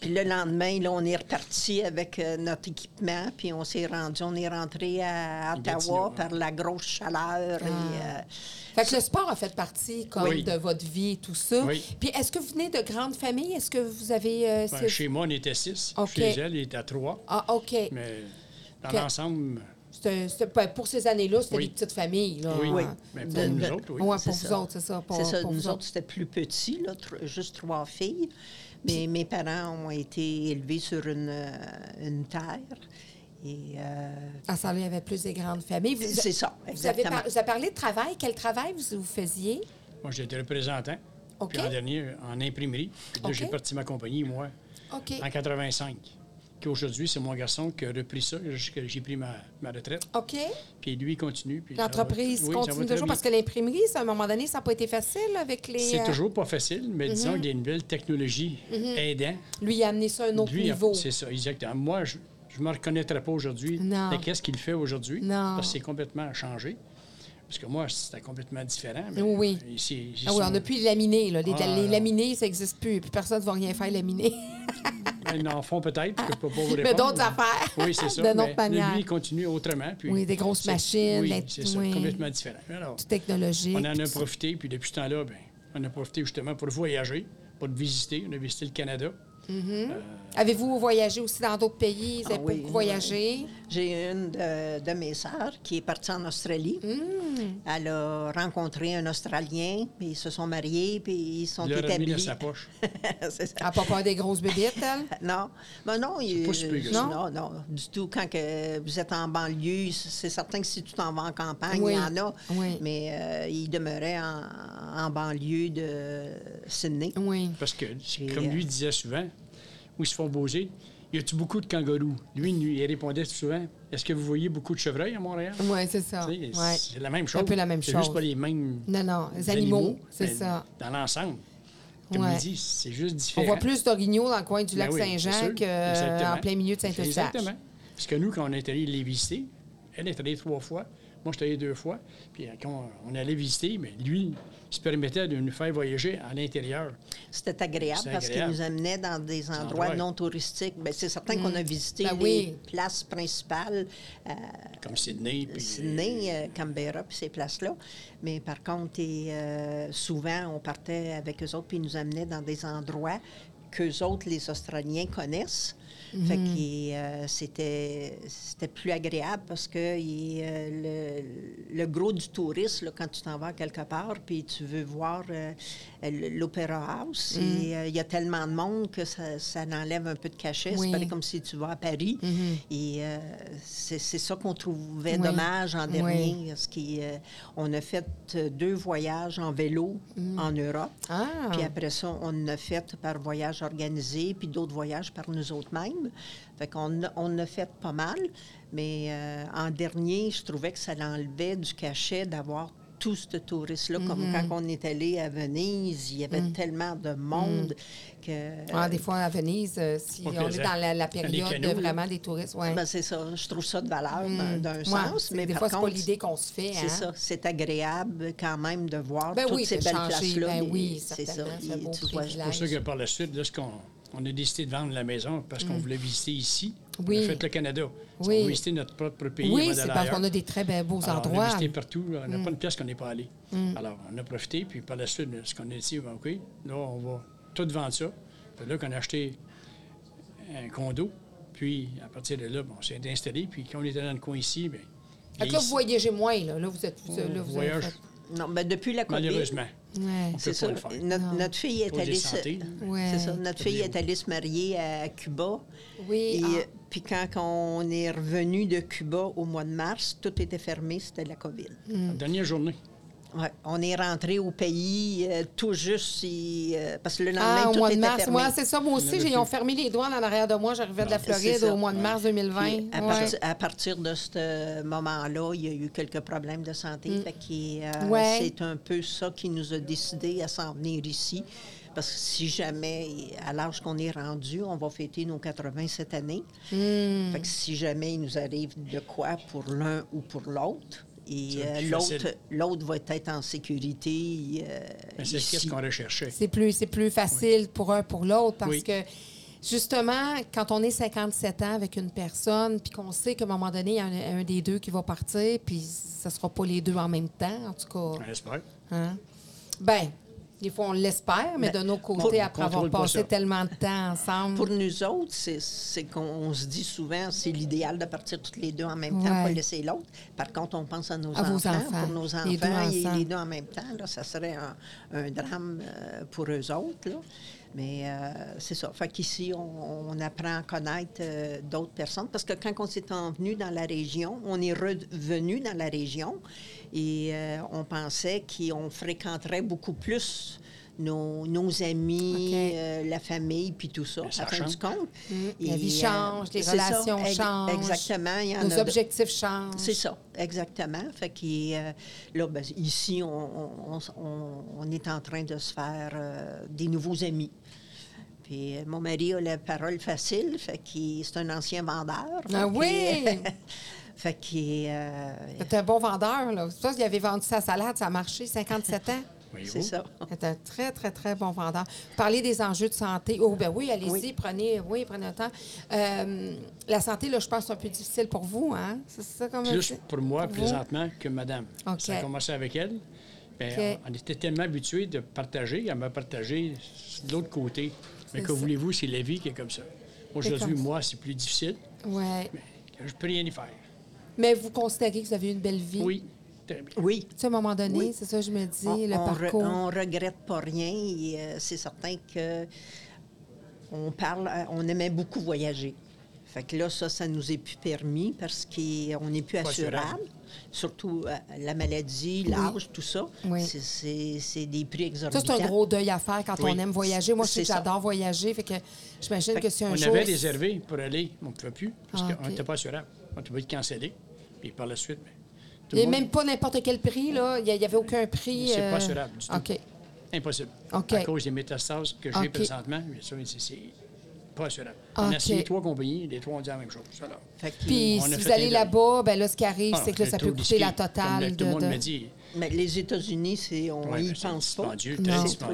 S3: Puis le lendemain, là, on est reparti avec euh, notre équipement, puis on s'est rendu, on est rentré à
S2: Gatineau,
S3: Ottawa
S2: Ah. hein.
S3: par la grosse chaleur. et, euh,
S1: Fait que le sport a fait partie comme
S2: Oui.
S1: de votre vie et tout ça.
S2: Oui.
S1: Puis est-ce que vous venez de grandes familles? Est-ce que vous avez... euh,
S2: Ben,
S1: c'est-
S2: chez moi, on était six.
S1: OK.
S2: Chez elle, il était à trois.
S1: Ah, OK.
S2: Mais dans
S1: Puis-
S2: l'ensemble,
S1: C'était- c'était- ben, pour ces années-là, c'était
S2: Oui.
S1: des petites familles. Là,
S2: oui.
S1: hein.
S2: Mais pour
S3: De-
S2: nous
S3: de-
S2: autres, oui.
S1: Ouais,
S3: C'est
S1: pour vous
S3: ça.
S1: autres, c'est ça. pour-
S3: C'est ça,
S1: pour
S3: nous
S1: vous
S3: autres, c'était plus petit, là, tr- juste trois filles. Mais mes parents ont été élevés sur une, euh, une terre. Et euh,
S1: Ah, ça, là, il y avait plus des grandes familles. Vous-
S3: c'est ça,
S1: Vous avez,
S3: exactement.
S1: par- vous avez parlé de travail. Quel travail vous, vous faisiez?
S2: Moi, j'étais représentant.
S1: OK.
S2: Puis en dernier, en imprimerie. Puis là,
S1: OK.
S2: j'ai parti ma compagnie, moi,
S1: OK.
S2: en 85. qu'aujourd'hui, c'est mon garçon qui a repris ça jusqu'à j'ai pris ma, ma retraite.
S1: OK.
S2: Puis lui, il continue. puis ça va-
S1: L'entreprise
S2: oui, ça va
S1: continue
S2: très
S1: toujours
S2: bien.
S1: parce que l'imprimerie, ça, à un moment donné, ça n'a pas été facile avec les.
S2: C'est
S1: euh, Mhm.
S2: toujours pas facile, mais disons qu'il y a une nouvelle technologie aidant.
S1: Lui, il a amené ça à un autre
S2: Lui, hein.
S1: niveau.
S2: c'est ça, exactement. Moi, je ne me reconnaîtrais pas aujourd'hui.
S1: Non.
S2: Mais qu'est-ce qu'il fait aujourd'hui?
S1: Non.
S2: Parce que c'est complètement changé. Parce que moi, c'était complètement différent. Mais
S1: Oui.
S2: ici- ici,
S1: Ah oui, on n'a plus les laminés. Là. Les,
S2: Ah,
S1: les
S2: non.
S1: laminés, ça n'existe plus. Puis personne ne va rien faire laminer.
S2: Ils en font peut-être, que je peux pas vous
S1: Mais
S2: répondre,
S1: d'autres affaires,
S2: Oui, c'est ça.
S1: de notre
S2: mais
S1: manière.
S2: Lui, il continue autrement. Puis
S1: Oui, des grosses
S2: c'est-
S1: machines,
S2: Oui,
S1: la-
S2: c'est ça,
S1: oui.
S2: complètement différent. Alors,
S1: Technologique.
S2: on en
S1: puis
S2: a
S1: tout ça.
S2: profité, puis depuis ce temps-là, ben, on a profité justement pour voyager, pour visiter. On a visité le Canada.
S1: Avez-vous voyagé aussi dans d'autres pays? Vous
S3: Ah
S1: avez
S3: oui,
S1: beaucoup voyagé?
S3: J'ai une de, de mes sœurs qui est partie en Australie.
S1: Mmh.
S3: Elle a rencontré un Australien, puis ils se sont mariés, puis ils sont
S2: il l'a remis
S3: établis.
S2: dans sa poche.
S3: C'est ça.
S1: Elle n'a pas peur des grosses bébites, elle?
S3: Non, mais non, il-
S2: pas si pire que ça.
S3: non, non, du tout. Quand que vous êtes en banlieue, c'est certain que si tu t'en vas en campagne,
S1: Oui,
S3: il y en a.
S1: oui.
S3: Mais euh, il demeurait en, en banlieue de Sydney.
S1: Oui.
S2: Parce que, c'est-
S3: Et,
S2: comme
S3: euh,
S2: lui disait souvent, où ils se font bouger, y a-tu beaucoup de kangourous? Lui, il- il répondait souvent, est-ce que vous voyez beaucoup de chevreuils à Montréal?
S1: Oui, c'est ça.
S2: Tu sais,
S1: Ouais.
S2: C'est la même chose.
S1: Un peu la même
S2: C'est juste
S1: chose.
S2: pas les mêmes
S1: Non, non, les animaux, c'est
S2: mais
S1: ça.
S2: Dans l'ensemble. Comme
S1: Ouais.
S2: il dit, c'est juste
S1: On
S2: différent.
S1: voit plus d'orignaux dans le coin du
S2: Ben
S1: lac
S2: oui, c'est
S1: Saint-Jean
S2: sûr. Exactement.
S1: qu'en plein milieu de Saint-Eustache.
S2: Exactement. Parce que nous, quand on est allé les visiter, elle est allée trois fois, moi, je suis allé deux fois. Puis euh, quand on allait visiter, mais lui, il se permettait de nous faire voyager à l'intérieur.
S3: C'était agréable
S2: C'est
S3: parce qu'il
S2: agréable.
S3: nous amenait dans des endroits
S2: endroits.
S3: non touristiques. Bien, c'est certain qu'on a visité
S1: Ben
S3: les
S1: oui.
S3: places principales, euh,
S2: Comme Sydney. Puis,
S3: Sydney, euh, Canberra, puis ces places-là. Mais par contre, et, euh, souvent, on partait avec eux autres, puis ils nous amenaient dans des endroits qu'eux autres, les Australiens, connaissent. Fait que euh, c'était, c'était plus agréable parce que il, euh, le, le gros du tourisme, là, quand tu t'en vas quelque part, puis tu veux voir euh, l'Opéra House, et, euh, il y a tellement de monde que ça, ça enlève un peu de cachet.
S1: Oui.
S3: C'est pareil comme si tu vas à Paris. Et euh, c'est, c'est ça qu'on trouvait
S1: Oui.
S3: dommage en dernier.
S1: Oui.
S3: Parce qu'on a fait euh, deux voyages en vélo en Europe.
S1: Mm. Ah!
S3: Puis après ça, on en a fait par voyage organisé, puis d'autres voyages par nous autres mêmes. Fait qu'on a- on en a fait pas mal. Mais euh, en dernier, je trouvais que ça l'enlevait du cachet d'avoir tout ce tourisme-là. Comme
S1: Mm-hmm.
S3: quand on est allé à Venise, il y
S1: Mm.
S3: avait tellement de monde que...
S1: Ah, des fois, à Venise, euh, si
S2: Pas
S1: on est
S2: plaisant.
S1: dans la, la
S2: Les
S1: période
S2: canaux,
S1: de
S2: là.
S1: vraiment des touristes, ouais. Mm.
S3: Ben, c'est ça, je trouve ça de valeur dans- d'un
S1: Ouais,
S3: sens,
S1: c'est-
S3: mais
S1: des
S3: par
S1: fois, c'est
S3: contre,
S1: pas l'idée qu'on se fait.
S3: c'est
S1: hein.
S3: ça, c'est agréable quand même de voir
S1: Ben
S3: toutes
S1: oui,
S3: ces
S1: de
S3: belles
S1: changer,
S3: places-là.
S1: ben
S3: mais
S1: oui,
S3: c'est ça,
S1: certainement, c'est un
S3: et
S1: beau
S3: tu vois,
S1: privilège.
S2: C'est pour ça que par la suite, lorsqu'on on a décidé de vendre la maison parce qu'on voulait visiter ici,
S1: Mm. Oui.
S2: on a fait le Canada.
S1: Oui.
S2: On a visité notre propre pays.
S1: Oui,
S2: avant
S1: c'est
S2: d'aller
S1: parce qu'on
S2: ailleurs.
S1: a des très ben, beaux
S2: Alors, On a
S1: endroits. Mm.
S2: visité partout. On n'a pas une pièce qu'on n'est pas allé. Alors, on a profité. Puis par la suite, ce qu'on a dit, ben, OK, là, on va tout vendre ça. Puis là, qu'on a acheté un condo. Puis à partir de là, ben, on s'est installé. Puis quand on était dans le coin ici, bien.
S1: Fait que là, vous voyagez moins, là. Là, vous êtes... vous- là,
S2: on
S1: vous avez
S2: voyage,
S1: fait-
S3: Non, ben depuis la COVID,
S2: malheureusement.
S1: Ouais.
S2: On peut
S3: c'est
S2: pas
S3: ça,
S2: le faire.
S3: notre, notre fille est
S2: Cause des
S3: allée... se-
S2: santé, là.
S1: Ouais.
S3: C'est ça, notre fille est allée se marier à Cuba.
S1: Oui,
S3: Et,
S1: ah.
S3: euh, Puis quand on est revenu de Cuba au mois de mars, tout était fermé, c'était la COVID.
S1: Mm.
S2: La dernière journée.
S3: Ouais, on est rentré au pays euh, tout juste, et, euh, parce que le lendemain,
S1: Ah, au
S3: tout
S1: mois de
S3: était
S1: mars.
S3: fermé.
S1: Moi, c'est ça. Moi aussi,
S2: avait
S1: j'ai- ils
S2: plus.
S1: ont fermé les douanes en arrière de moi. J'arrivais de la
S3: c'est
S1: Floride
S3: ça.
S1: au mois de mars 2020.
S3: Puis à,
S1: Ouais.
S3: parti- à partir de ce moment-là, il y a eu quelques problèmes de santé. Fait qu'il, euh,
S1: Mm. Ouais.
S3: C'est un peu ça qui nous a décidé à s'en venir ici. Parce que si jamais, à l'âge qu'on est rendu, on va fêter nos 80 cette année.
S1: Hmm. Mm.
S3: Fait que si jamais il nous arrive de quoi pour l'un ou pour l'autre, et
S2: Ça va être
S3: euh,
S2: plus
S3: l'autre
S2: facile.
S3: l'autre va être en sécurité. euh,
S2: Ben, c'est
S3: ici.
S2: ce qu'on recherchait.
S1: C'est plus, c'est plus facile pour un pour l'autre parce
S2: Oui.
S1: que justement, quand on est 57 ans avec une personne, puis qu'on sait qu'à un moment donné, il y en a un, des deux qui va partir, puis ça sera pas les deux en même temps, en tout cas.
S2: On espère.
S1: Hein? Ben, des fois, on l'espère, mais
S3: Ben,
S1: de nos côtés,
S2: on
S1: après avoir
S2: contrôle pas
S1: passé
S2: ça.
S1: tellement de temps ensemble.
S3: Pour nous autres, c'est- c'est qu'on on se dit souvent, c'est l'idéal de partir toutes les deux en même temps,
S1: Ouais.
S3: pas laisser l'autre. Par contre, on pense à nos
S1: À vos
S3: enfants,
S1: enfants.
S3: Pour nos enfants,
S1: Les deux
S3: et
S1: ensemble.
S3: les deux en même temps, là, ça serait un, un drame euh, pour eux autres. là. Mais euh, c'est ça. Fait qu'ici, on, on apprend à connaître euh, d'autres personnes. Parce que quand on s'est envenu dans la région, on est revenu dans la région et euh, on pensait qu'on fréquenterait beaucoup plus nos, nos amis,
S1: OK.
S3: euh, la famille, puis tout ça,
S2: Mais ça
S3: à la fin
S2: change.
S3: du compte.
S1: Mm.
S3: Et,
S1: La vie
S3: euh,
S1: change, les
S3: c'est ça,
S1: relations
S3: ex-
S1: changent.
S3: Exactement. Il y en
S1: Nos
S3: a de-
S1: objectifs changent.
S3: c'est ça, exactement. Fait que euh, là, ben, ici, on, on- on s- on- on est en train de se faire euh, des nouveaux amis. Puis euh, mon mari a la parole facile, fait qu'il c'est un ancien vendeur.
S1: Ah
S3: Fait
S1: oui!
S3: qu'il- fait qu'il euh,
S1: T'es un bon vendeur, là. C'est pour ça qu'il avait vendu sa salade, ça a marché, 57 ans.
S2: Voyez-vous?
S3: c'est ça.
S1: C'est un très, très, très bon vendeur. Vous parlez des enjeux de santé. Oh, ben oui, allez-y,
S3: Oui.
S1: prenez, oui, prenez le temps. Euh, la santé, là, je pense que c'est un peu difficile pour vous, hein? C'est ça comme
S2: Plus pour moi,
S1: Pour vous?
S2: présentement, que madame.
S1: OK.
S2: Ça a commencé avec elle. Bien,
S1: OK.
S2: on, on était tellement habitués de partager. Elle m'a partagé de l'autre côté. Mais
S1: C'est
S2: que
S1: ça.
S2: voulez-vous, c'est la vie qui est comme ça. Aujourd'hui,
S1: comme ça.
S2: moi, c'est plus difficile.
S1: Ouais.
S2: mais Je peux rien y faire.
S1: Mais vous considérez que vous avez eu une belle vie?
S2: Oui, très bien.
S3: Oui.
S1: Tu sais, à un moment donné,
S3: Oui.
S1: c'est ça, je me dis, le
S3: on, re-
S1: parcours.
S3: on regrette pas rien. et, euh, c'est certain que on parle, euh, on aimait beaucoup voyager. Fait que là, ça, ça nous est plus permis parce qu'on n'est plus
S2: Pas
S3: assurable.
S2: assurable.
S3: Surtout euh, la maladie, l'âge, tout ça.
S1: Oui.
S3: C'est- C'est c'est des prix
S1: Ça,
S3: exorbitants.
S1: c'est un gros deuil à faire quand
S2: Oui.
S1: on aime voyager. Moi, je sais
S3: C'est
S1: que
S3: ça.
S1: j'adore voyager, fait que j'imagine que c'est un
S2: on
S1: jour...
S2: avait réservé pour aller, mais on ne pouvait plus, parce
S1: Ah,
S2: qu'on
S1: OK.
S2: n'était pas assurable. On était obligé de canceller. Puis par la suite, bien, tout le
S1: Et
S2: monde,
S1: même pas n'importe quel prix, là. Il n'y avait aucun prix.
S2: C'est pas
S1: euh,
S2: assurable du tout.
S1: OK.
S2: impossible.
S1: OK.
S2: À cause des métastases que j'ai
S1: OK.
S2: présentement, bien sûr, c'est- c'est pas assurable. On
S1: OK.
S2: a essayé trois compagnies, les trois ont dit la même chose. Alors,
S3: Fait que-
S1: Puis
S2: On a
S1: si vous
S2: fait
S1: allez
S2: les
S1: là-bas, ben là, ce qui arrive,
S2: Ah,
S1: c'est que là,
S2: le
S1: ça peut
S2: taux
S1: coûter
S2: risqué,
S1: la
S2: comme
S1: totale. de-
S2: Tout le monde
S1: de-
S2: me dit.
S3: Mais les États-Unis, c'est- on
S2: Ouais,
S3: n'y
S2: mais c'est
S3: pense pas.
S2: dispendieux,
S1: Non.
S2: très
S1: C'est
S3: trop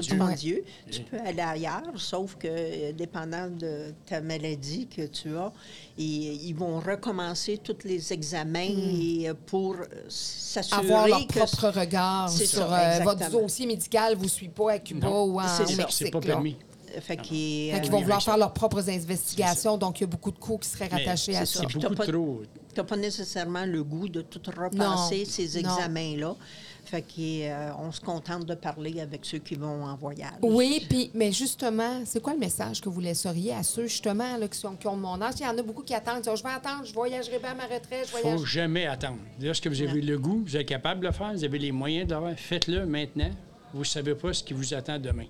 S3: dispendieux.
S2: dispendieux. Ouais.
S3: Tu peux aller ailleurs, sauf que euh, dépendant de ta maladie que tu as, et, ils vont recommencer tous les examens et, euh, pour euh, s'assurer
S1: Hmm. avoir leur
S3: que
S1: propre regard
S3: C'est
S1: sur
S3: ça,
S1: euh, votre
S3: exactement.
S1: dossier médical vous suit pas à Cuba
S2: Non,
S1: ou en
S3: c'est
S1: au
S3: ça.
S2: C'est-
S1: Mexique.
S2: C'est pas
S1: là.
S2: permis. Ah Euh,
S3: fait qu'ils euh,
S1: Fait qu'ils
S2: Oui,
S1: vont
S2: avec
S1: vouloir
S2: ça.
S1: faire leurs propres investigations, donc il y a beaucoup de coûts qui seraient
S2: Mais
S1: rattachés à
S3: c'est
S1: ça.
S2: C'est
S3: Puis
S2: beaucoup
S3: t'as pas-
S2: trop.
S3: Tu n'as pas nécessairement le goût de tout repasser
S1: Non,
S3: ces
S1: non.
S3: examens-là. Fait qu'on se contente de parler avec ceux qui vont en voyage.
S1: Oui, puis, mais justement, c'est quoi le message que vous laisseriez à ceux, justement, là, qui, sont, qui ont mon âge? Il y en a beaucoup qui attendent. Ils disent, je vais attendre, je voyagerai bien à ma retraite, je
S2: Il ne faut
S1: voyage.
S2: jamais attendre. Lorsque vous avez le goût, vous êtes capable de le faire, vous avez les moyens de le faire, faites-le maintenant. Vous ne savez pas ce qui vous attend demain.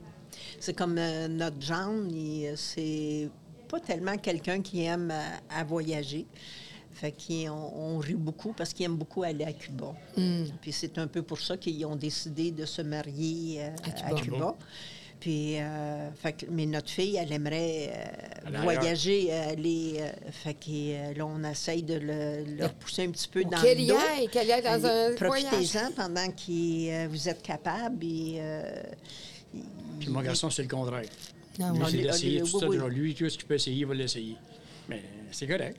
S3: C'est comme euh, notre Jeanne, il, euh, c'est pas tellement quelqu'un qui aime euh, à voyager. Fait qu'on on rit beaucoup parce qu'ils aiment beaucoup aller à Cuba.
S1: Hmm.
S3: Puis c'est un peu pour ça qu'ils ont décidé de se marier euh,
S1: À
S3: à
S1: Cuba.
S3: Cuba. Puis, euh, fait que- mais notre fille, elle aimerait euh,
S2: Aller ailleurs.
S3: voyager, euh, aller. euh, fait que euh, là, on essaye de le, le repousser un petit peu dans
S1: Qu'elle
S3: le
S1: y
S3: dos.
S1: aille, qu'elle y aille dans un
S3: Allez,
S1: voyage.
S3: Profitez-en pendant que euh, vous êtes capable. Et, euh,
S2: Puis mon garçon, c'est le contraire.
S1: Ah
S2: Lui,
S1: oui.
S2: c'est
S3: Ah,
S2: d'essayer
S3: lui,
S2: tout ça.
S3: oui, oui.
S2: Genre, Lui, tout ce qu'il peut essayer, il va l'essayer. Mais c'est correct.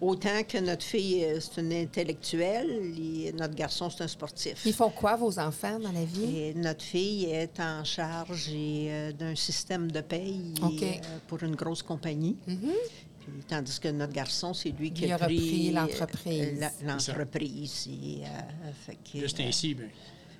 S3: Autant que notre fille, euh, c'est une intellectuelle, et notre garçon, c'est un sportif.
S1: Ils font quoi, vos enfants, dans la vie?
S3: Et notre fille est en charge et, euh, d'un système de paye et,
S1: OK. Mhm.
S3: euh, pour une grosse compagnie. Puis, tandis que notre garçon, c'est lui qui
S1: Il
S3: a,
S1: a repris
S3: euh,
S1: l'entreprise.
S3: la-
S2: ça.
S3: L'entreprise. et, euh, fait que,
S2: Juste
S3: euh,
S2: ainsi, ben, bien.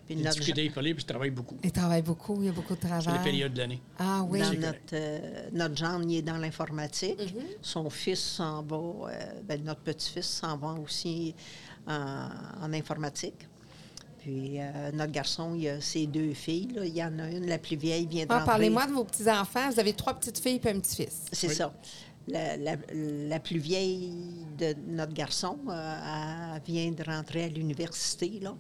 S3: puis
S2: Il
S3: notre-
S2: discute parler, puis je travaille beaucoup.
S1: Ils travaillent beaucoup, il y a beaucoup de
S2: C'est les
S1: travail.
S2: périodes de l'année.
S1: Ah oui.
S3: Dans
S2: C'est
S3: notre,
S2: correct.
S3: euh, notre Jeanne, il est dans l'informatique.
S1: Mm-hmm.
S3: Son fils s'en va, euh, ben, notre petit-fils s'en va aussi en, en informatique. Puis euh, notre garçon, il a ses deux filles. là. Il y en a une, la plus vieille vient de
S1: Ah,
S3: rentrer.
S1: Parlez-moi de vos petits-enfants. Vous avez trois petites filles et un petit-fils.
S3: C'est
S2: Oui.
S3: ça. La, la- la plus vieille de notre garçon, euh, elle vient de rentrer à l'université. là.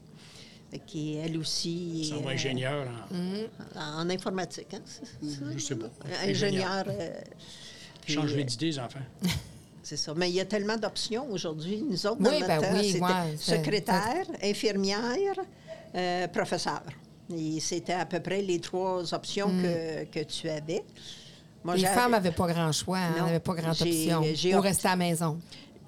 S3: Fait qu'elle, elle aussi.
S2: Ça
S3: est,
S2: va
S3: euh,
S2: ingénieur Mm. en
S3: en informatique, hein? c'est- c'est
S2: Je
S3: ça?
S2: sais pas.
S3: Ingénieur. euh, puis,
S2: changer
S3: euh,
S2: d'idée, les enfants.
S3: C'est ça. Mais il y a tellement d'options aujourd'hui. Nous autres,
S1: Oui,
S3: dans notre
S1: ben
S3: temps,
S1: oui,
S3: c'était
S1: ouais, c'est-
S3: secrétaire, infirmière, euh, professeur. Et c'était à peu près les trois options que, que tu avais. Moi,
S1: Mm. Les
S3: j'avais-
S1: femmes n'avaient pas grand choix, hein,
S3: Non.
S1: n'avaient pas grande
S3: J'ai- euh,
S1: option.
S3: j'ai
S1: Ou
S3: opté-
S1: rester à la maison.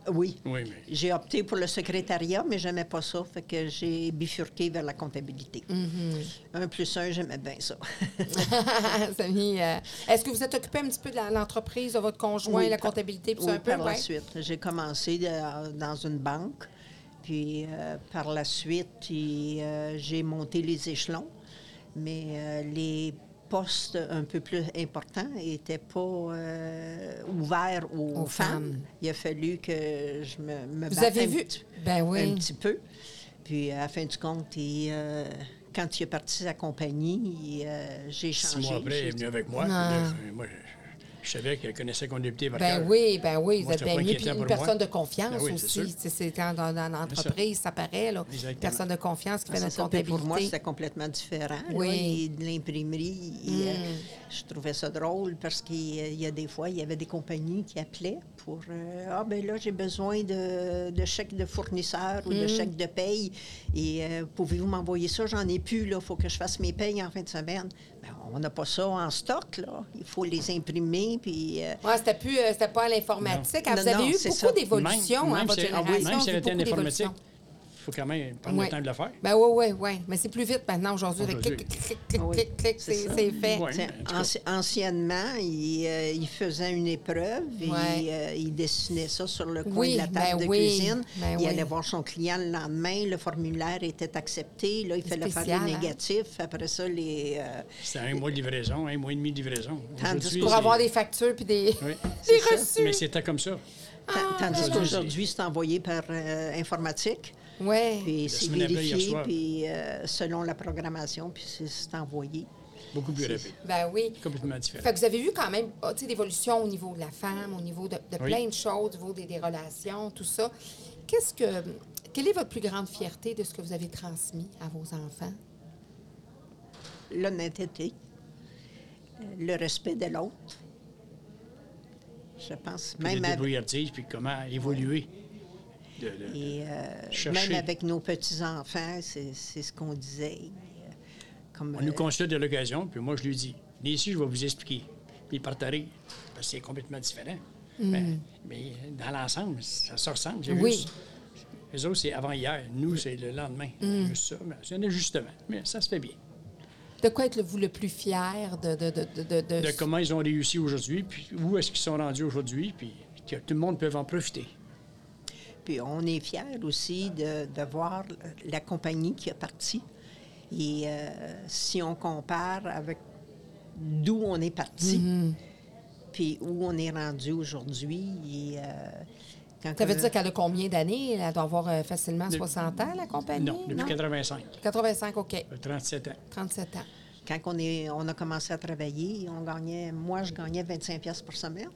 S3: Oui.
S2: Oui, mais
S3: J'ai opté pour le secrétariat, mais j'aimais pas ça. Fait que j'ai bifurqué vers la comptabilité.
S1: Mm-hmm.
S3: Un plus un, j'aimais bien ça.
S1: Samy, euh, est-ce que vous êtes occupé un petit peu de la- l'entreprise de votre conjoint,
S3: Oui,
S1: la
S3: par-
S1: comptabilité, puis
S3: Oui,
S1: ça un peu?
S3: par la
S1: ouais?
S3: suite. J'ai commencé de- dans une banque, puis euh, par la suite, puis, euh, j'ai monté les échelons, mais euh, les postes un peu plus importants n'étaient pas euh, ouverts aux,
S1: Aux
S3: femmes.
S1: femmes.
S3: Il a fallu que je me, me
S1: Vous
S3: batte
S1: avez
S3: un
S1: vu?
S3: petit-
S1: Ben
S3: un
S1: oui.
S3: petit peu. Puis, à la fin du compte, et, euh, quand il a parti sa compagnie, euh, j'ai
S2: Six
S3: changé.
S2: mois après, il
S3: j'ai
S2: est venu avec moi. puis
S1: Ah.
S2: là, je- moi, je- je savais qu'elle connaissait qu'on député par
S1: Ben
S2: cœur.
S1: oui, ben oui, vous
S2: Moi,
S1: êtes
S2: c'était
S1: bien
S2: pas
S1: mieux. Puis
S2: inquiétant
S1: une
S2: pour moi.
S1: personne de confiance
S2: Ben oui, c'est
S1: aussi.
S2: sûr.
S1: C'est- C'est dans, dans, dans l'entreprise, ça paraît. Là.
S2: Exactement.
S1: Personne de confiance qui fait
S3: Ah, C'est
S1: notre
S3: ça. Puis
S1: comptabilité.
S3: pour moi, c'était complètement différent.
S1: Oui.
S3: Oui. de l'imprimerie, il, euh, je trouvais ça drôle parce qu'il euh, il y a des fois, il y avait des compagnies qui appelaient pour euh, Ah, ben là, j'ai besoin de, de chèques de fournisseurs ou de chèques de paye. Et euh, pouvez-vous m'envoyer ça? J'en ai plus, là. Il faut que je fasse mes payes en fin de semaine. Ben, on n'a pas ça en stock, là. Il faut les imprimer, puis. euh,
S1: Ouais, c'était plus, euh, c'était pas à l'informatique. Ah,
S3: Non,
S1: vous avez
S3: non,
S1: eu
S3: c'est ça.
S1: beaucoup d'évolutions,
S2: Même-
S1: hein,
S2: même
S1: votre
S2: si- ah oui,
S1: génération.
S2: Même si
S1: a
S2: elle
S1: eu
S2: était en
S1: beaucoup
S2: informatique,
S1: d'évolutions.
S2: il faut quand même prendre
S1: Ouais.
S2: le temps de le faire.
S1: Ben oui, oui, oui. Mais c'est plus vite maintenant aujourd'hui. Clic,
S2: Aujourd'hui.
S1: clic, clic, clic,
S3: Ah oui,
S1: clic, clic,
S3: c'est
S1: c'est
S3: ça.
S1: c'est fait.
S2: Ouais.
S3: Tiens,
S2: en tout cas.
S3: anci- anciennement, il, euh, il faisait une épreuve et
S1: Ouais.
S3: euh, il dessinait ça sur le coin
S1: Oui,
S3: de la
S1: ben
S3: table de
S1: oui,
S3: cuisine.
S1: ben
S3: il
S1: oui.
S3: allait voir son client le lendemain. Le formulaire était accepté. Là, il fallait faire
S1: spécial,
S3: les
S1: hein?
S3: négatifs. Après ça, les. euh,
S2: C'est un mois de livraison, un mois et demi de livraison.
S3: Tandis
S2: Aujourd'hui,
S1: Pour
S2: c'est-
S1: avoir des factures puis des,
S2: Oui.
S1: des
S3: C'est ça.
S1: reçus.
S2: Mais c'était comme ça.
S1: Ah,
S3: ta- tandis
S2: ben oui.
S3: qu'aujourd'hui, c'est envoyé par euh, informatique.
S1: Oui.
S3: Puis
S2: La
S3: c'est
S2: semaine après, hier
S3: vérifié,
S2: soir.
S3: puis euh, selon la programmation, puis c'est- c'est envoyé.
S2: Beaucoup plus rapide.
S1: Ben oui.
S2: Complètement différent.
S1: Fait que vous avez vu quand même ah, tu sais, l'évolution au niveau de la femme, au niveau de, de
S2: Oui.
S1: plein de choses, au niveau des, des relations, tout ça. Qu'est-ce que. Quelle est votre plus grande fierté de ce que vous avez transmis à vos enfants?
S3: l'honnêteté, euh, le respect de l'autre. Je pense,
S2: Puis
S3: même,
S2: la
S3: avec-
S2: débrouillardise, puis comment évoluer. De- de-
S3: et, euh,
S2: Chercher.
S3: même avec nos petits-enfants, c'est c'est ce qu'on disait. euh, Comme,
S2: On
S3: euh,
S2: nous constate de l'occasion, puis moi, je lui dis, venez ici, je vais vous expliquer. Puis partager, parce que c'est complètement différent. Ben, mais dans l'ensemble, ça se ressemble. C'est
S1: Oui.
S2: juste- Les autres, c'est avant-hier. Nous, c'est le lendemain. C'est Juste ça. Mais C'est un ajustement. Mais ça se fait bien.
S1: De quoi êtes-vous le plus fier de, de, de, de, de-
S2: De comment ils ont réussi aujourd'hui, puis où est-ce qu'ils sont rendus aujourd'hui, puis que tout le monde peut en profiter.
S3: Puis on est fiers aussi de, de voir la compagnie qui est partie. Et euh, si on compare avec d'où on est parti,
S2: Mm-hmm.
S3: puis où on est rendu aujourd'hui, et, euh, quand
S1: Ça veut
S3: que-
S1: dire qu'elle a combien d'années? Elle doit avoir euh, facilement
S2: De-
S1: 60 ans, la compagnie?
S2: Non, depuis 85,
S1: 85, OK.
S2: 37 ans.
S1: 37 ans.
S3: Quand on, est, on a commencé à travailler, on gagnait, moi, je gagnais 25 pièces par semaine.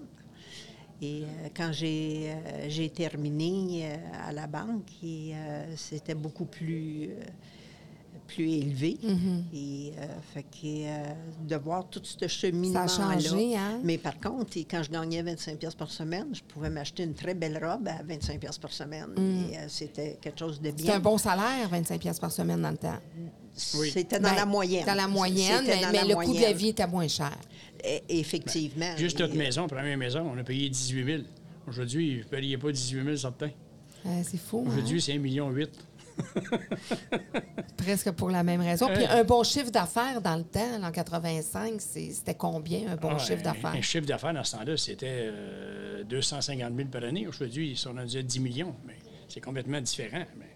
S3: Et euh, quand j'ai, euh, j'ai terminé euh, à la banque, et, euh, c'était beaucoup plus, euh, plus élevé.
S1: Mm-hmm.
S3: Et euh, fait que, euh, de voir tout ce cheminement
S1: changé, hein?
S3: Mais par contre, et quand je gagnais 25 pièces par semaine, je pouvais m'acheter une très belle robe à 25 pièces par semaine. Et, euh, c'était quelque chose de bien.
S1: Mm. C'est un bon salaire, 25 pièces par semaine dans le temps.
S2: Oui.
S3: C'était dans
S1: Ben,
S3: la moyenne.
S1: Dans la moyenne,
S3: C'était
S1: mais,
S3: dans
S1: mais
S3: la
S1: le coût de la
S3: moyenne.
S1: vie était moins cher.
S3: Eh, Effectivement.
S2: Ben, Juste notre
S3: Et- euh,
S2: maison, première maison, on a payé 18 000. Aujourd'hui, vous ne payez pas 18 000 certains.
S1: Euh, c'est fou. hein?
S2: Aujourd'hui, c'est 1,8 million.
S1: Presque pour la même raison. Puis
S2: Euh.
S1: un bon chiffre d'affaires dans le temps, là, en 85, c'est- c'était combien un bon
S2: Ah,
S1: chiffre
S2: un-
S1: d'affaires?
S2: Un chiffre d'affaires dans ce temps-là, c'était euh, 250 000 par année. Aujourd'hui, ils sont rendus à 10 millions. Mais c'est complètement différent. Mais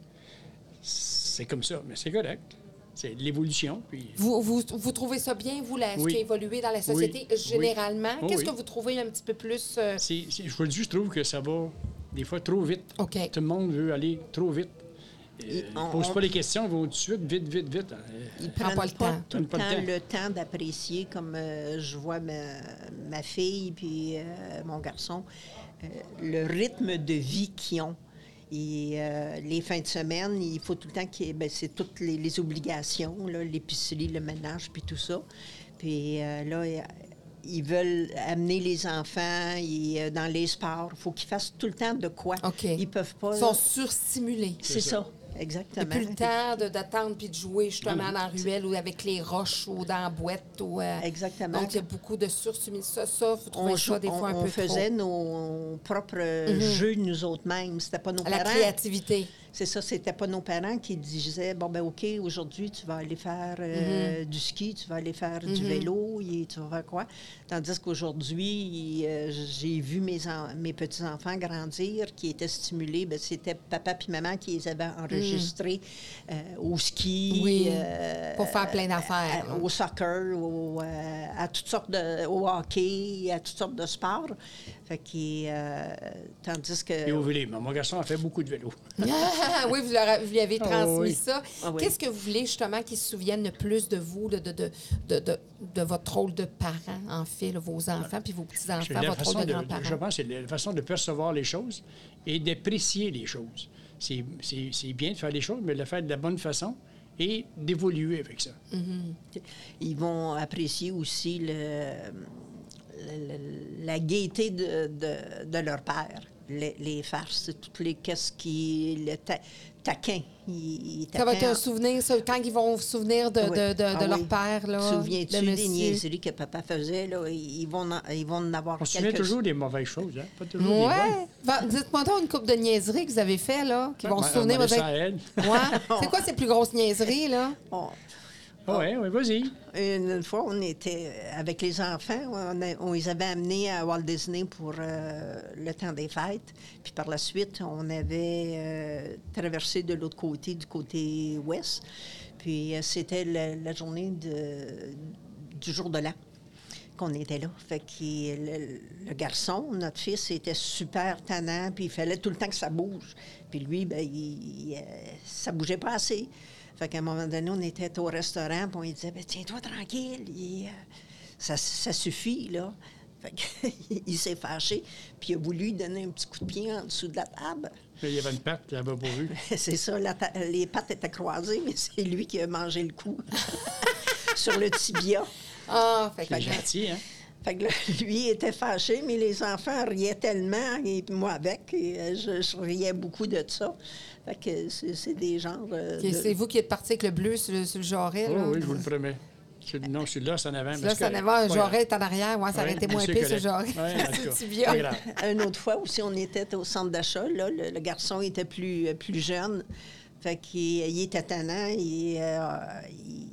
S2: c'est comme ça. Mais c'est correct. C'est de l'évolution. Puis
S1: Vous, vous, vous trouvez ça bien, vous, là, ce
S2: Oui.
S1: qui a évolué dans la société
S2: Oui.
S1: généralement?
S2: Oui.
S1: Qu'est-ce
S2: Oui.
S1: que vous trouvez un petit peu plus... euh,
S2: c'est- c'est- je vous le dis, je trouve que ça va des fois trop vite.
S1: OK.
S2: Tout le monde veut aller trop vite. Euh,
S3: Et
S2: Ils ne
S3: on-
S2: posent
S3: on-
S2: pas les questions, ils vont tout de suite, vite, vite, vite. Euh,
S3: Ils
S1: Prends
S3: prennent
S1: Ah, pas le temps.
S3: tout le
S2: Prennent pas
S3: temps
S2: le
S3: le temps d'apprécier, comme euh, je vois ma, ma fille puis euh, mon garçon, euh, le rythme de vie qu'ils ont. Et euh, les fins de semaine, il faut tout le temps qu'il y ait- ben, c'est toutes les, les obligations, là, l'épicerie, le ménage, puis tout ça. Puis euh, là, euh, ils veulent amener les enfants et, euh, dans les sports. Il faut qu'ils fassent tout le temps de quoi.
S1: OK.
S3: Ils peuvent pas...
S1: Ils sont surstimulés.
S3: C'est
S2: ça.
S3: ça,
S1: Il
S3: exactement.
S1: n'y a plus le temps de- d'attendre puis de jouer justement dans
S2: Non,
S1: la ruelle ou avec les roches ou dans la boîte. Ou, euh,
S3: Exactement.
S1: Donc, il y a beaucoup de surstimulation. Ça, ça, vous trouvez
S3: on,
S1: ça
S3: jou-
S1: des fois
S3: on-
S1: un
S3: on
S1: peu trop.
S3: faisait
S1: Mhm.
S3: nos propres jeux nous autres mêmes. C'était pas nos
S1: À la
S3: parents.
S1: créativité.
S3: C'est ça, c'était pas nos parents qui disaient bon ben ok aujourd'hui tu vas aller faire
S1: Mhm.
S3: euh, du ski, tu vas aller faire du vélo, et tu vas faire quoi Tandis qu'aujourd'hui euh, j'ai vu mes en- mes petits enfants grandir qui étaient stimulés. Ben, c'était papa puis maman qui les avaient enregistrés euh, au ski,
S1: Mhm. Oui.
S3: euh,
S1: Pour faire plein d'affaires.
S3: à- au soccer, au, euh, à toutes sortes de, au hockey, à toutes sortes de sports. Fait Fait qu'il, euh, tandis que.
S2: Et au vélo. Mais Mon garçon a fait beaucoup de vélo.
S1: oui, vous, leur a- vous lui avez
S2: Ah,
S1: transmis
S2: oui.
S1: ça.
S3: Ah, oui.
S1: Qu'est-ce que vous voulez justement qu'ils se souviennent le plus de vous, de, de, de, de, de- de votre rôle de parent, en fait, là, vos enfants puis vos
S2: C'est
S1: petits-enfants,
S2: la
S1: votre
S2: façon
S1: rôle de
S2: de- de- je
S1: grand-parent?
S2: pense que c'est la façon de percevoir les choses et d'apprécier les choses. C'est- C'est c'est bien de faire les choses, mais de le faire de la bonne façon et d'évoluer avec ça.
S3: Ils vont apprécier aussi le- le- le- la gaieté de, de- de leur père. Les, les farces, toutes les qu'est-ce qui le ta- taquin. Il- il
S1: Ça va être
S3: taquin
S1: un souvenir, ça, quand ils vont se souvenir de, de-
S3: Oui.
S1: de- de
S3: Ah
S1: leur
S3: oui.
S1: père, là,
S3: Souviens-tu
S1: de
S3: des
S1: monsieur.
S3: niaiseries que papa faisait? Là? Ils, vont en, ils vont en avoir
S2: On se souvient
S3: quelques-
S2: toujours des mauvaises choses, hein? pas toujours des bonnes.
S1: Ouais. Va- Dites-moi donc une coupe de niaiseries que vous avez fait, là, qui vont
S2: Ouais,
S1: se souvenir.
S2: on a laissé
S1: peut-être.
S2: à elle.
S1: Ouais. C'est quoi ces plus grosses niaiseries, là?
S3: On-
S1: Ah.
S2: Ouais, ouais, vas-y.
S3: Une fois, on était avec les enfants, on, a- on les avait amenés à Walt Disney pour euh, le temps des fêtes. Puis par la suite, on avait euh, traversé de l'autre côté, du côté ouest. Puis euh, c'était la, la journée de- du jour de l'an qu'on était là. Fait que le, le garçon, notre fils, était super tannant, puis il fallait tout le temps que ça bouge. Puis lui, ben, il, il, euh, ça bougeait pas assez. Fait qu'à un moment donné, on était au restaurant, puis on lui disait, Ben, tiens-toi tranquille, il, euh, ça, ça suffit, là. Fait que il s'est fâché, puis il a voulu lui donner un petit coup de pied en dessous de la table.
S2: Là, il y avait une patte, elle avait pas vu.
S3: C'est ça, la ta- les pattes étaient croisées, mais c'est lui qui a mangé le coup sur le tibia.
S1: Ah, fait que-
S2: C'est gentil, hein?
S3: Fait que là, lui était fâché, mais les enfants riaient tellement, et moi avec, et euh, je, je riais beaucoup de ça. Fait que c'est c'est des genres. euh,
S1: Ok,
S3: de-
S1: C'est vous qui êtes parti avec le bleu sur le, sur le jarret,
S2: Oh,
S1: là.
S2: oui, je vous le promets. Je- non, je suis là, c'est en avant. mais
S1: Là,
S2: c'est
S1: ça en
S2: correct.
S1: avant, un
S2: Pas
S1: jarret
S2: grave.
S1: est en arrière. Ouais, ça aurait
S2: Ouais,
S1: été moins
S2: c'est
S1: épais, ce
S2: correct.
S1: jarret.
S2: Ouais, en tout
S1: C'est
S2: cas,
S1: petit
S2: pas
S1: vieux.
S2: grave.
S3: Une autre fois aussi, on était au centre d'achat. Là, le, le garçon était plus, euh, plus jeune. Fait qu'il il était tannant, il, euh, il-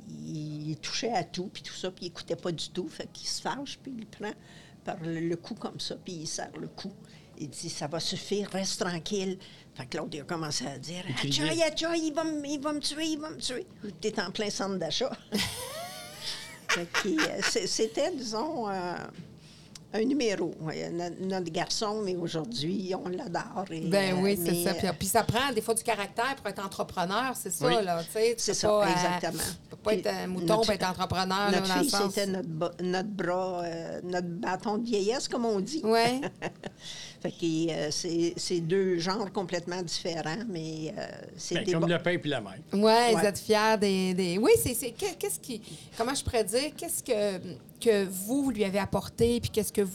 S3: il touchait à tout, puis tout ça, puis il écoutait pas du tout. Fait qu'il se fâche, puis il prend par le, le cou comme ça, puis il serre le cou. Il dit, ça va suffire, reste tranquille. Fait que l'autre, il a commencé à dire,
S2: Il criait.
S3: Atchoy, atchoy, il va, me- il va me tuer, il va me tuer. T'es en plein centre d'achat. Fait qu'il, euh, c'est- C'était, disons, euh, un numéro. ouais, no- Notre garçon, mais aujourd'hui, on l'adore. et,
S1: Ben
S3: euh,
S1: oui, c'est
S3: mais,
S1: ça.
S3: euh,
S1: Puis, puis ça prend des fois du caractère pour être entrepreneur, c'est ça,
S2: Oui.
S1: là. tu sais, tu
S3: C'est
S1: peux
S3: ça,
S1: pas, euh,
S3: exactement.
S1: Tu peux pas être un
S3: Puis
S1: mouton
S3: notre-
S1: pour être entrepreneur, là,
S3: Notre
S1: dans le
S3: fille,
S1: sens.
S3: c'était notre, ba- notre bras, euh, notre bâton de vieillesse, comme on dit.
S1: Ouais.
S3: fait que euh, c'est c'est deux genres complètement différents, mais euh, c'est
S2: Ben,
S3: des
S2: comme
S3: bas-
S2: le pain et la mer.
S1: Oui, vous
S3: Ouais.
S1: êtes fiers des. des- Oui, c'est. c'est- qu'est- Qu'est-ce qui. Comment je pourrais dire? Qu'est-ce que, que vous lui avez apporté? Puis qu'est-ce que vous.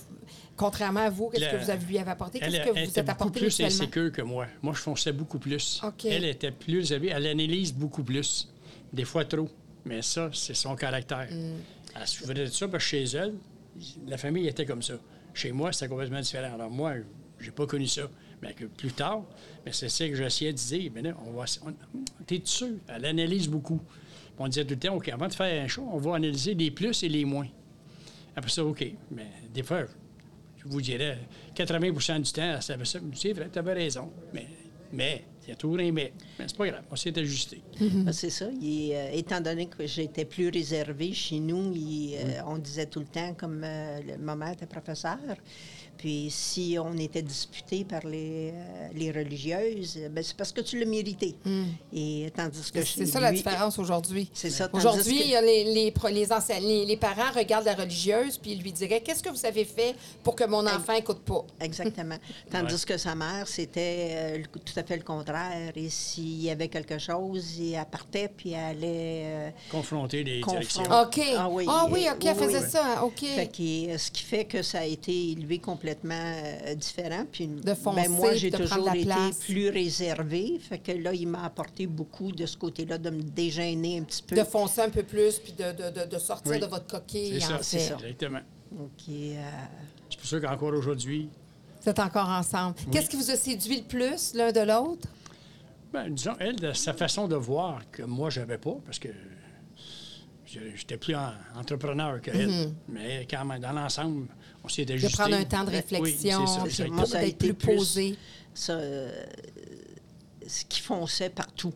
S1: Contrairement à vous, qu'est-ce
S2: La-
S1: que vous avez- lui avez apporté?
S2: Elle,
S1: Qu'est-ce que
S2: elle
S1: vous
S2: était
S1: êtes
S2: beaucoup
S1: apporté
S2: plus
S1: mutuellement?
S2: insécure que moi. Moi, je fonçais beaucoup plus.
S1: OK.
S2: Elle était plus habile. Elle analyse beaucoup plus. Des fois trop. Mais ça, c'est son caractère.
S1: Hmm.
S2: Elle se souvenait de ça parce que chez elle, la famille était comme ça. Chez moi, c'était complètement différent. Alors moi, j'ai pas connu ça. Mais que plus tard, mais c'est ça que j'essayais de dire. Mais là, on va. on- T'es sûr? Elle analyse beaucoup. Puis On disait tout le temps, OK, avant de faire un show, on va analyser les plus et les moins. Après ça, OK. Mais des fois, je vous dirais, 80 du temps, elle savait ça. C'est vrai, tu avais raison. Mais, mais, il y a toujours un mais. Mais c'est pas grave, on s'est ajusté.
S1: Mm.
S3: Ben, C'est ça. Il, euh, étant donné que j'étais plus réservée chez nous, il, euh, on disait tout le temps, comme euh, le maman était professeur, puis si on était disputé par les, euh, les religieuses, euh, ben, c'est parce que tu l'as mérité. Et tandis que
S1: Mm. C'est
S3: chez
S1: ça la
S3: lui-
S1: différence aujourd'hui.
S3: C'est ça, tandis
S1: Aujourd'hui,
S3: que-
S1: il y a les, les, pro- les, ense- les- les parents regardent la religieuse puis ils lui diraient Qu'est-ce que vous avez fait pour que mon enfant n'écoute pas?
S3: Exactement. Tandis que sa mère, c'était euh, le- tout à fait le contraire. Et s'il y avait quelque chose, il- elle partait, puis elle allait... euh,
S2: Confronter les
S3: Confront-
S2: directions.
S3: Ah,
S1: OK. Ah
S3: Ah
S1: oui,
S3: oui,
S1: oui
S3: euh,
S1: OK, elle
S3: oui,
S1: faisait
S3: oui.
S1: ça. OK.
S3: Fait que, euh, ce qui fait que ça a été élevé complètement euh, différent. Puis,
S1: foncer,
S3: ben, moi,
S1: puis
S3: j'ai
S1: de prendre
S3: toujours
S1: la
S3: été
S1: place.
S3: plus réservée. Fait que là, il m'a apporté beaucoup de ce côté-là, de me dégêner un petit peu.
S1: De foncer un peu plus puis de, de, de, de sortir
S2: Oui.
S1: de votre coquille.
S2: C'est
S1: en
S2: ça,
S1: fait.
S2: c'est ça. Exactement.
S3: Donc, et, euh,
S2: C'est pour ça qu'encore aujourd'hui,
S1: Vous êtes encore ensemble. Qu'est-ce qui vous a séduit le plus l'un de l'autre?
S2: ben, disons, elle, de sa façon de voir que moi, j'avais pas, parce que je- j'étais plus en- entrepreneur qu'elle. Mais quand même, dans l'ensemble, on s'est ajusté.
S1: Mm-hmm. prendre un temps de
S2: Ben, oui,
S1: réflexion,
S2: c'est ça,
S1: puis
S3: c'est-
S2: exactement.
S3: moi, ça a
S1: d'être
S3: été
S1: plus posé.
S3: Ça, euh, ce qui fonçait partout.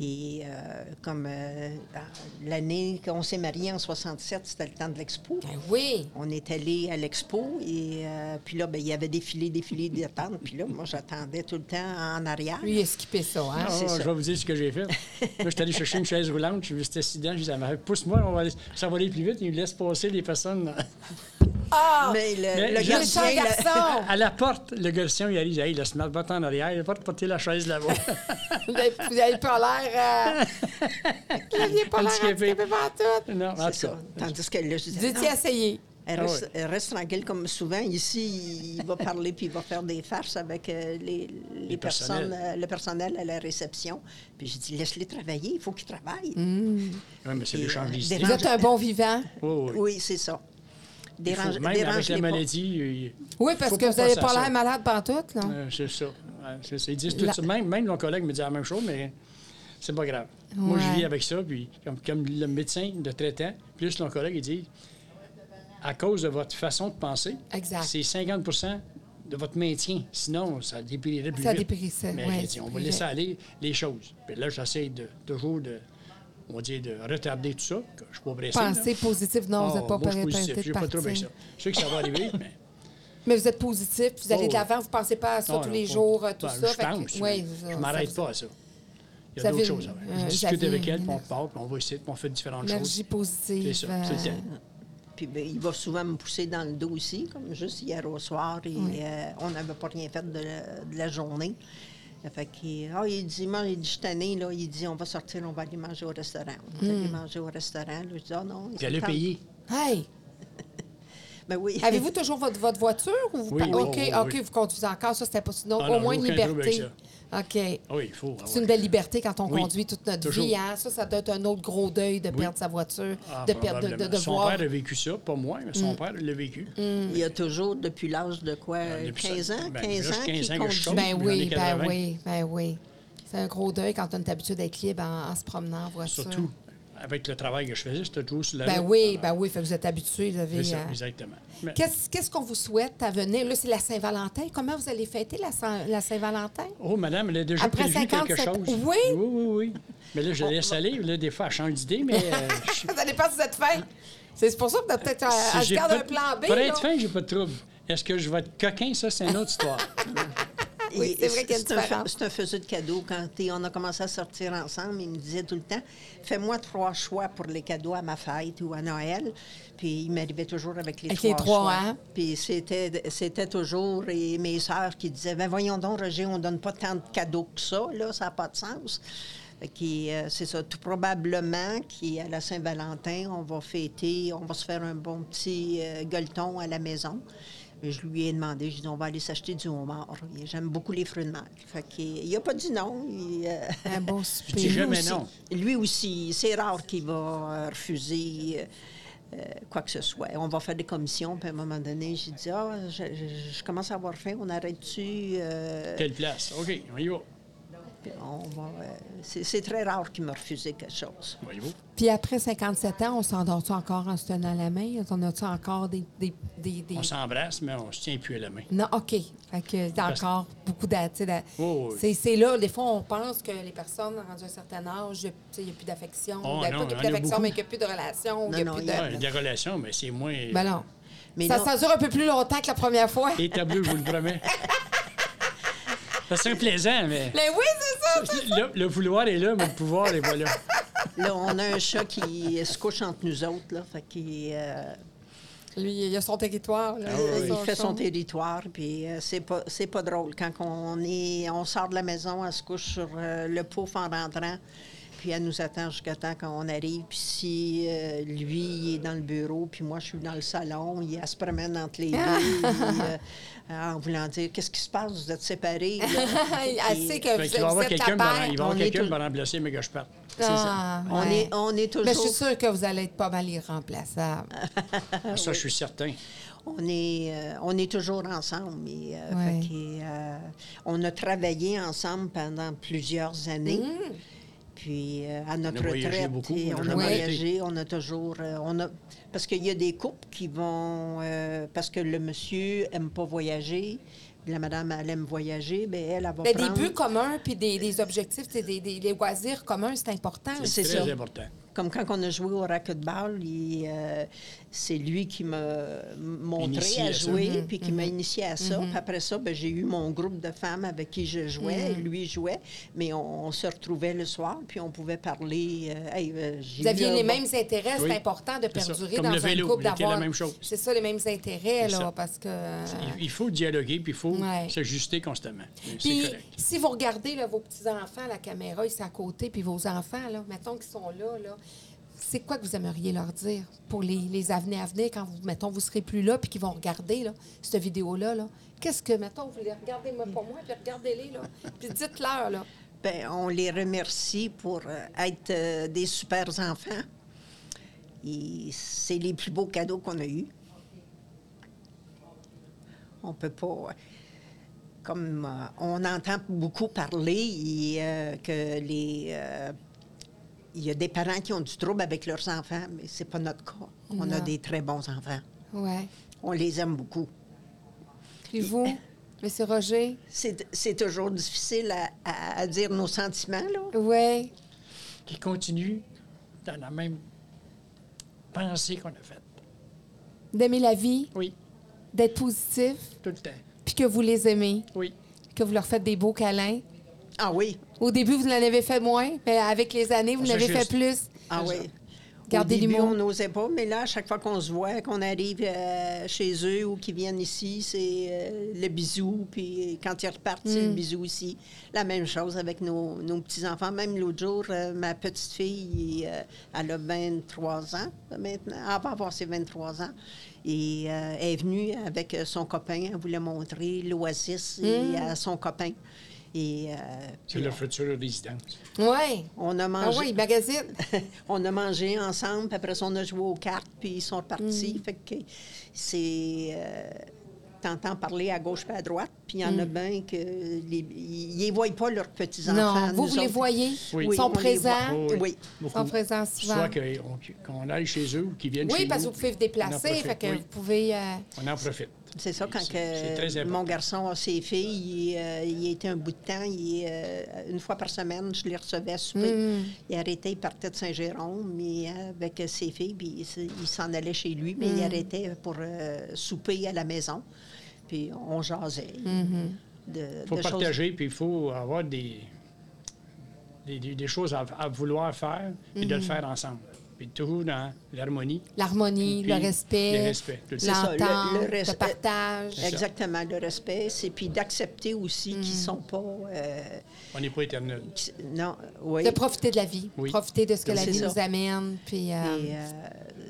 S1: Ouais.
S3: Et euh, comme euh, l'année qu'on s'est mariés en 67, c'était le temps de l'expo.
S1: Ben oui.
S3: On est allé à l'expo et euh, puis là, ben, il y avait défilé, défilé d'attente. Puis là, moi, j'attendais tout le temps en arrière.
S1: Lui, il a skippé ça, hein?
S3: c'est
S2: Ah,
S3: ça.
S2: je vais vous dire ce que j'ai fait. Là, je suis allé chercher une chaise roulante, je me suis assis dedans, je disais à ma femme, pousse-moi, on va aller- ça va aller plus vite, il laisse passer les personnes.
S1: Ah!
S3: Mais le,
S2: Mais
S3: le
S2: je-
S1: Méchant
S3: gardien, le-
S1: garçon!
S2: À la porte, le garçon, il arrive, il dit, Hey, laisse-moi le bâton en arrière, il va pas te porter la chaise là-bas.
S1: Vous avez- Vous n'avez pas l'air. euh, Vous n'aviez pas l'air
S2: Handicapé.
S1: handicapé partout.
S2: non, en tout
S3: C'est
S2: cas.
S3: ça. Tandis que là, je
S1: Vous
S3: disais, non,
S1: étiez essayé.
S3: elle,
S2: Ah
S3: reste,
S2: ouais.
S3: elle reste tranquille comme souvent. Ici, il va parler puis il va faire des farces avec euh, les, les
S2: Les personnels.
S3: personnes, euh, le personnel à la réception. Puis j'ai dit, laisse-les travailler, il faut qu'ils travaillent.
S2: Mm. Oui, mais c'est
S3: Et,
S2: l'échange
S3: euh,
S2: d'idées.
S1: Vous êtes un bon vivant.
S2: Oui, oui.
S3: Oui, c'est ça.
S2: Il faut-
S3: Dérange,
S2: même avec la
S3: dérange-les pas.
S2: maladie, il-
S1: Oui, parce
S2: Faut
S1: que
S2: pas
S1: vous n'avez
S2: penser à
S1: pas
S2: ça.
S1: l'air malade partout, là.
S2: euh, c'est ça. Ouais, c'est ça. Ils disent tout
S1: La-
S2: ça. Même, même nos collègues me disent la même chose, mais c'est pas grave. Moi, je
S1: Ouais.
S2: vis avec ça, puis comme, comme le médecin de traitant, plus nos collègues, ils disent à cause de votre façon de penser,
S1: Exact.
S2: c'est 50 de votre maintien. Sinon, ça dépérirait plus
S1: Ça
S2: vite.
S1: dépérissait,
S2: Mais
S1: ouais,
S2: j'ai dit, on
S1: c'est
S2: va
S1: vrai.
S2: laisser aller les choses. Puis là, j'essaie de, toujours de, on va dire, de retarder tout ça. que Je suis pas pressé. là.
S1: Pensez positif. Non, vous
S2: Ah,
S1: n'êtes pas
S2: moi, je suis
S1: prêt
S2: positif.
S1: de
S2: J'ai pas trouvé ça.
S1: partir.
S2: Je sais que ça va arriver, mais...
S1: Mais vous êtes positif, vous allez de
S2: Oh,
S1: l'avant, vous ne pensez pas à ça
S2: Non,
S1: tous
S2: non,
S1: les
S2: pas-
S1: jours, euh, tout
S2: ben,
S1: ça.
S2: Je
S1: fait que-
S2: pense.
S1: ouais,
S2: je
S1: ça-
S2: ne
S1: ça-
S2: m'arrête pas à ça. Il y
S1: Vous
S2: a
S1: avez
S2: d'autres choses.
S1: une-
S2: avant.
S1: euh,
S2: Je discute
S1: j'avais
S2: avec elle,
S1: une
S2: puis on
S1: énergie.
S2: parle, puis on va ici, puis on fait différentes
S1: Énergie
S2: choses.
S1: positive.
S2: C'est ça, c'est le
S1: euh,
S2: temps.
S3: Puis ben, il va souvent me pousser dans le dos aussi, comme juste hier au soir, et euh, on n'avait pas rien fait de la, de la journée. Fait qu'il, ah, il dit, moi, il dit, je suis tanné, là, il dit, on va sortir, on va aller manger au restaurant. On va aller manger au restaurant. Là, je dis, ah non.
S2: Hmm. Puis elle a payé.
S1: Hey!
S3: Ben oui.
S1: Avez-vous toujours votre, votre voiture ou vous
S2: Oui, oui,
S1: OK,
S2: oui, oui.
S1: OK, vous conduisez encore ça, c'était pas sinon
S2: Ah,
S1: au
S2: non,
S1: moins
S2: j'ai
S1: une
S2: aucun trouble avec
S1: liberté. OK.
S2: Ah Oui, il faut. ah
S1: C'est
S2: ouais.
S1: une belle liberté quand on
S2: Oui,
S1: conduit toute notre
S2: toujours.
S1: vie. Hein? Ça, ça doit être un autre gros deuil de perdre sa voiture,
S2: Ah,
S1: de perdre de, de,
S2: probablement.
S1: de
S2: Son
S1: voir. Mm.
S2: père a vécu ça, pas moi, mais son père l'a vécu.
S3: Il y a toujours, depuis l'âge de quoi,
S2: depuis
S3: 15
S2: ça-
S3: ans,
S2: ben,
S3: 15
S2: là,
S3: ans,
S2: 15
S3: qu'il
S2: ans que
S3: conduit.
S2: je tombe.
S1: Ben
S2: dans
S1: oui,
S2: les
S1: ben
S2: 80.
S1: oui, ben oui. C'est un gros deuil quand on est habitué d'être libre en, en se promenant en voiture.
S2: Surtout avec le travail que je faisais, c'était toujours sur la
S1: Ben
S2: route.
S1: oui, ben oui, fait que vous êtes habitué, vous avez.
S2: C'est ça,
S1: euh,
S2: exactement. Mais
S1: Qu'est-ce qu'est-ce qu'on vous souhaite à venir? Là, c'est la Saint-Valentin. Comment vous allez fêter la, Saint- la Saint-Valentin?
S2: Oh, madame, elle a déjà
S1: Après
S2: prévu
S1: 50,
S2: quelque
S1: c'est-
S2: chose.
S1: Oui?
S2: Oui, oui, oui. Mais là, je la laisse aller. Là, des fois, elle change d'idée, mais euh, je-
S1: Ça dépend si vous êtes fin. C'est c'est pour ça que vous êtes peut-être à, à
S2: Si
S1: se
S2: j'ai
S1: garder un
S2: pas-
S1: plan B.
S2: Pour
S1: là.
S2: être fin, j'ai pas de trouble. Est-ce que je vais être coquin? Ça, c'est une autre histoire.
S1: Oui,
S3: Et
S1: c'est vrai qu'il y a une
S3: c'est un fa-
S1: différence.
S3: C'est un faiseux de cadeaux. Quand t'es- on a commencé à sortir ensemble, il me disait tout le temps Fais-moi trois choix pour les cadeaux à ma fête ou à Noël. Puis il m'arrivait toujours avec les
S1: Avec
S3: trois.
S1: les trois,
S3: choix.
S1: hein?
S3: Puis c'était c'était toujours et mes sœurs qui disaient Ben voyons donc, Roger, on donne pas tant de cadeaux que ça, là, ça n'a pas de sens. Fait qu'il, euh, c'est ça, tout probablement qu'à la Saint-Valentin, on va fêter, on va se faire un bon petit euh, gueuleton à la maison. Et je lui ai demandé, je lui ai dit, on va aller s'acheter du homard. Et J'aime beaucoup les fruits de mer. Fait qu'il il a pas dit non. il, euh,
S1: Un beau
S2: Je dis
S1: souper.
S2: jamais
S3: aussi-
S2: non.
S3: lui aussi, c'est rare qu'il va euh, refuser euh, quoi que ce soit. On va faire des commissions, puis à un moment donné, j'ai dit, ah, je, je- je commence à avoir faim, on arrête-tu? euh,
S2: Quelle place? OK, on y va.
S3: puis on va, euh, c'est c'est très rare qu'il m'a refusé quelque chose.
S2: Voyez-vous?
S1: Puis après 57 ans, on s'endort-tu encore en se tenant la main? On a-tu encore des. des, des, des-
S2: On s'embrasse, mais on se tient plus à la main.
S1: Non, OK. Fait que il y a encore beaucoup d'a- tu sais, d'a-
S2: Oh, oui.
S1: C'est- C'est là, des fois, on pense que les personnes rendues à un certain âge, tu sais, il n'y a plus d'affection.
S2: Oh,
S1: Ben, pas qu'il
S2: non,
S1: n'y a
S2: il y
S1: plus
S2: en a
S1: d'affection,
S2: beaucoup.
S1: mais qu'il n'y a plus de relation.
S3: Non,
S1: il y a
S3: non,
S1: plus
S3: il
S1: de...
S3: y en a.
S2: Ouais, des relations, mais c'est moins
S1: Ben non.
S3: Mais
S1: ça,
S3: non.
S1: ça dure un peu plus longtemps que la première fois.
S2: établi, je vous le promets. Ça serait plaisant, mais
S1: Mais Ben oui, c'est ça!
S2: le, le vouloir est là, mais le pouvoir est pas là.
S3: Là, on a un chat qui se couche entre nous autres, là, fait qu'il euh,
S1: Lui, il a son territoire. là.
S2: Ah oui,
S3: Ah il fait son
S1: son-
S3: territoire, puis euh, c'est pas c'est pas drôle quand on est on sort de la maison, elle se couche sur euh, le pouf en rentrant. Puis elle nous attend jusqu'à temps qu'on arrive. Puis si euh, lui il est dans le bureau, puis moi je suis dans le salon, il, elle se promène entre les deux, puis, euh, en voulant dire qu'est-ce qui se passe, vous êtes séparés. là?
S1: Ah, Elle sait que
S2: Fait
S1: vous
S2: qu'il va y
S1: êtes- vous
S2: avoir
S1: êtes la
S2: quelqu'un pour en-
S1: paire.
S2: il va y avoir
S3: on est
S2: quelqu'un
S3: tout-
S2: pour en blesser, mais que je parte.
S1: Ah,
S3: On
S1: ouais.
S3: est on est toujours
S1: Mais je suis sûre que vous allez être pas mal irremplaçable.
S2: Ah, Ça, je suis certain.
S3: On est, euh, on est toujours ensemble. et, euh,
S1: Ouais.
S3: fait que, euh, on a travaillé ensemble pendant plusieurs années. Puis euh, à notre
S2: Mm. voyagé
S3: retraite,
S2: beaucoup,
S3: et
S2: on a
S3: on a
S1: jamais arrêté.
S3: voyagé, on a toujours, euh, on a parce qu'il y a des couples qui vont euh, parce que le monsieur aime pas voyager la madame, elle aime voyager, bien, elle, elle, elle va
S1: Ben,
S3: prendre...
S1: Des buts communs, puis des, des objectifs, tu sais, des, des, des loisirs communs, Ah, c'est important.
S3: C'est
S2: C'est
S3: ça.
S2: très important.
S3: Comme quand on a joué au racquetball, il, euh, c'est lui qui m'a montré
S2: Initié
S3: à
S2: à ça.
S3: jouer,
S1: Mm-hmm.
S3: puis qui m'a initié à ça. Puis après ça, ben, j'ai eu mon groupe de femmes avec qui je jouais,
S1: Mm-hmm.
S3: et lui jouait, mais on, on se retrouvait le soir, puis on pouvait parler. euh, Hey, euh, j'ai
S1: Vous aviez
S3: eu un
S1: les
S3: bon-
S1: mêmes intérêts, c'est
S2: Oui.
S1: important de
S2: C'est ça.
S1: perdurer
S2: Comme
S1: dans
S2: le
S1: un
S2: vélo,
S1: couple,
S2: c'était la
S1: d'avoir...
S2: même chose.
S1: C'est ça, les mêmes intérêts,
S2: C'est
S1: là,
S2: ça.
S1: parce que...
S2: Il- Il faut dialoguer, puis il faut
S1: Ah. Ouais.
S2: s'ajuster constamment. Mais
S1: Puis,
S2: C'est correct.
S1: si vous regardez là, vos petits-enfants, la caméra, ils sont à côté, puis vos enfants, là, mettons qu'ils sont là, là, c'est quoi que vous aimeriez leur dire pour les, les années à venir, quand, vous, mettons, vous serez plus là, puis qu'ils vont regarder là, cette vidéo-là? Là? Qu'est-ce que, mettons, vous les regardez moi pour moi, puis regardez-les, là, puis dites-leur, là.
S3: Ben, on les remercie pour euh, être euh, des super enfants. Et c'est les plus beaux cadeaux qu'on a eus. On peut pas. euh, Comme euh, on entend beaucoup parler et, euh, que les. euh, il y a des parents qui ont du trouble avec leurs enfants, mais c'est pas notre cas. On a
S1: Non.
S3: des très bons enfants.
S1: Ouais.
S3: On les aime beaucoup.
S1: Puis vous, M. Roger?
S3: C'est c'est toujours difficile à, à- à dire nos sentiments, là.
S1: Oui.
S2: Qui continue dans la même pensée qu'on a faite.
S1: D'aimer la vie,
S2: Oui,
S1: d'être positif,
S2: tout le temps.
S1: puis que vous les aimez,
S2: Oui.
S1: que vous leur faites des beaux câlins.
S3: Ah oui,
S1: Au début, vous en avez fait moins, mais avec les années, vous en
S2: Ça,
S1: avez fait
S2: juste.
S1: plus.
S3: Ah
S2: C'est
S3: oui.
S1: Gardez
S3: Au début,
S1: l'humour.
S3: on n'osait pas, mais là, à chaque fois qu'on se voit, qu'on arrive euh, chez eux ou qu'ils viennent ici, c'est euh, le bisou. Puis euh, quand ils repartent, c'est le
S1: Mm.
S3: bisou ici. La même chose avec nos, nos petits-enfants. Même l'autre jour, euh, ma petite-fille, euh, elle a 23 ans maintenant. Elle va avoir ses 23 ans. Et euh, elle est venue avec euh, son copain. Elle voulait montrer l'Oasis
S1: Mm.
S3: et à son copain. Et euh,
S2: C'est
S3: puis,
S2: la future résidence.
S1: Oui.
S3: on a mangé.
S1: Ah oui, magazine.
S3: on a mangé ensemble, puis après ça, on a joué aux cartes, puis ils sont repartis.
S1: Mm.
S3: Fait que c'est. euh, T'entends parler à gauche puis à droite, puis il y en
S1: Mm.
S3: a bien que. les- Ils ne voient pas leurs petits-enfants.
S1: Non, vous,
S3: nous
S1: vous les
S3: autres.
S1: voyez.
S2: Oui.
S1: Ils sont
S3: on les voit.
S1: présents.
S2: Oui,
S3: Oui.
S2: beaucoup.
S1: Sont présents souvent.
S2: Soit que- on- qu'on aille chez eux ou qu'ils viennent chez
S1: Oui,
S2: nous.
S1: parce que vous pouvez vous
S2: On en
S1: déplacer,
S2: profite,
S1: fait que
S2: oui.
S1: vous pouvez. euh,
S2: On en profite.
S3: C'est ça, quand
S2: C'est-
S3: que
S2: c'est très important.
S3: mon garçon a ses filles, il, euh, il était un bout de temps, il, euh, une fois par semaine, je les recevais à souper.
S1: Mm.
S3: Il arrêtait, il partait de Saint-Jérôme mais avec ses filles, puis il, s- il s'en allait chez lui, mais
S1: Mm.
S3: il arrêtait pour euh, souper à la maison. Puis on jasait
S1: mm-hmm,
S3: de,
S2: Il faut
S3: de choses.
S2: partager, puis il faut avoir des, des, des- des choses à, à vouloir faire et
S1: Mhm.
S2: de le faire ensemble. Puis toujours dans l'harmonie.
S1: L'harmonie,
S2: Puis,
S1: le respect.
S2: le respect, tout le temps.
S3: C'est ça, le-
S1: l'entente,
S3: le
S1: le,
S3: respect. Eh
S1: partage.
S2: ça.
S3: Exactement, le respect, c'est puis d'accepter aussi qu'ils
S1: Mm.
S3: sont pas... euh,
S2: On n'est pas éternel.
S3: qui- non, oui.
S1: De profiter de la vie.
S2: Oui.
S1: Profiter de ce que la
S3: C'est
S1: vie
S3: ça.
S1: nous amène. Puis, euh,
S3: Et, euh,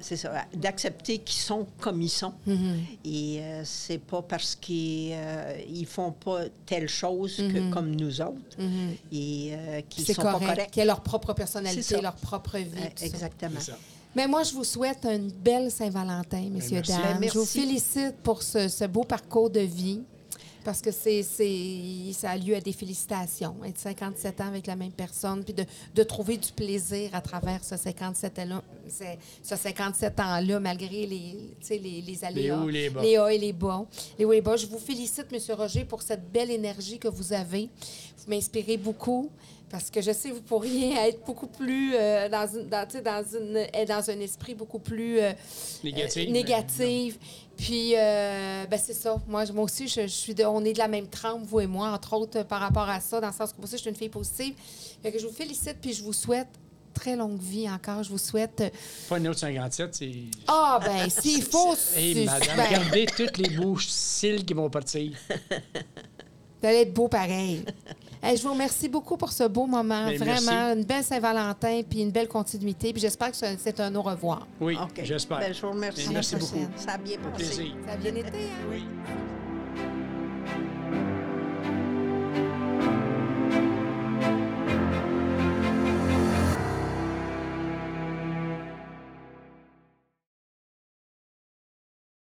S3: c'est ça, d'accepter qu'ils sont comme ils sont.
S1: mm-hmm,
S3: Et euh, c'est pas parce qu'ils euh, ils font pas telle chose que comme nous autres et euh, qu'ils
S1: Mm-hmm. c'est
S3: sont
S1: correct.
S3: pas corrects.
S1: Qu'il y a leur propre
S3: C'est
S1: personnalité,
S3: ça.
S1: leur propre vie.
S3: Euh,
S1: tout ça.
S3: Exactement.
S2: C'est ça.
S1: Mais moi, je vous souhaite une belle Saint-Valentin, messieurs,
S2: merci.
S1: dames.
S3: Ben, merci.
S1: Je vous félicite pour ce, ce beau parcours de vie. Parce que c'est, c'est- ça a lieu à des félicitations. Être 57 ans avec la même personne, puis de, de trouver du plaisir à travers ce 57 ans-là, c'est- ce 57 ans-là, malgré les, tu sais, les, les aléas.
S2: hauts et les bas.
S1: hauts et les bas. Les hauts et les bas. Je vous félicite, M. Roger, pour cette belle énergie que vous avez. Vous m'inspirez beaucoup parce que je sais que vous pourriez être beaucoup plus euh, dans, une, dans, tu sais, dans, une, euh, dans un esprit beaucoup plus euh,
S2: Négatif.
S1: euh, négatif. Puis, euh, ben, c'est ça. Moi, je- moi aussi, je, je suis de- on est de la même trempe, vous et moi, entre autres, euh, par rapport à ça, dans le sens que moi aussi, je suis une fille positive. Fait que je vous félicite, puis je vous souhaite très longue vie encore. Je vous souhaite. euh,
S2: Pas une autre 57, c'est...
S1: Ah, ben, s'il faut.
S2: Hey,
S1: c'est-
S2: madame,
S1: ben,
S2: regardez toutes les beaux cils qui vont partir.
S1: Vous allez être beau pareil. Hey, je vous remercie beaucoup pour ce beau moment.
S2: Bien,
S1: Vraiment,
S2: Ben, merci.
S1: une belle Saint-Valentin, puis une belle continuité. Puis j'espère que c'est un- c'est un au revoir.
S2: Oui,
S3: OK.
S2: j'espère.
S3: Ben, je vous remercie.
S2: Merci
S1: beaucoup.
S3: Ça a bien passé.
S2: Plaisir.
S1: Ça a bien été, hein?
S2: Oui.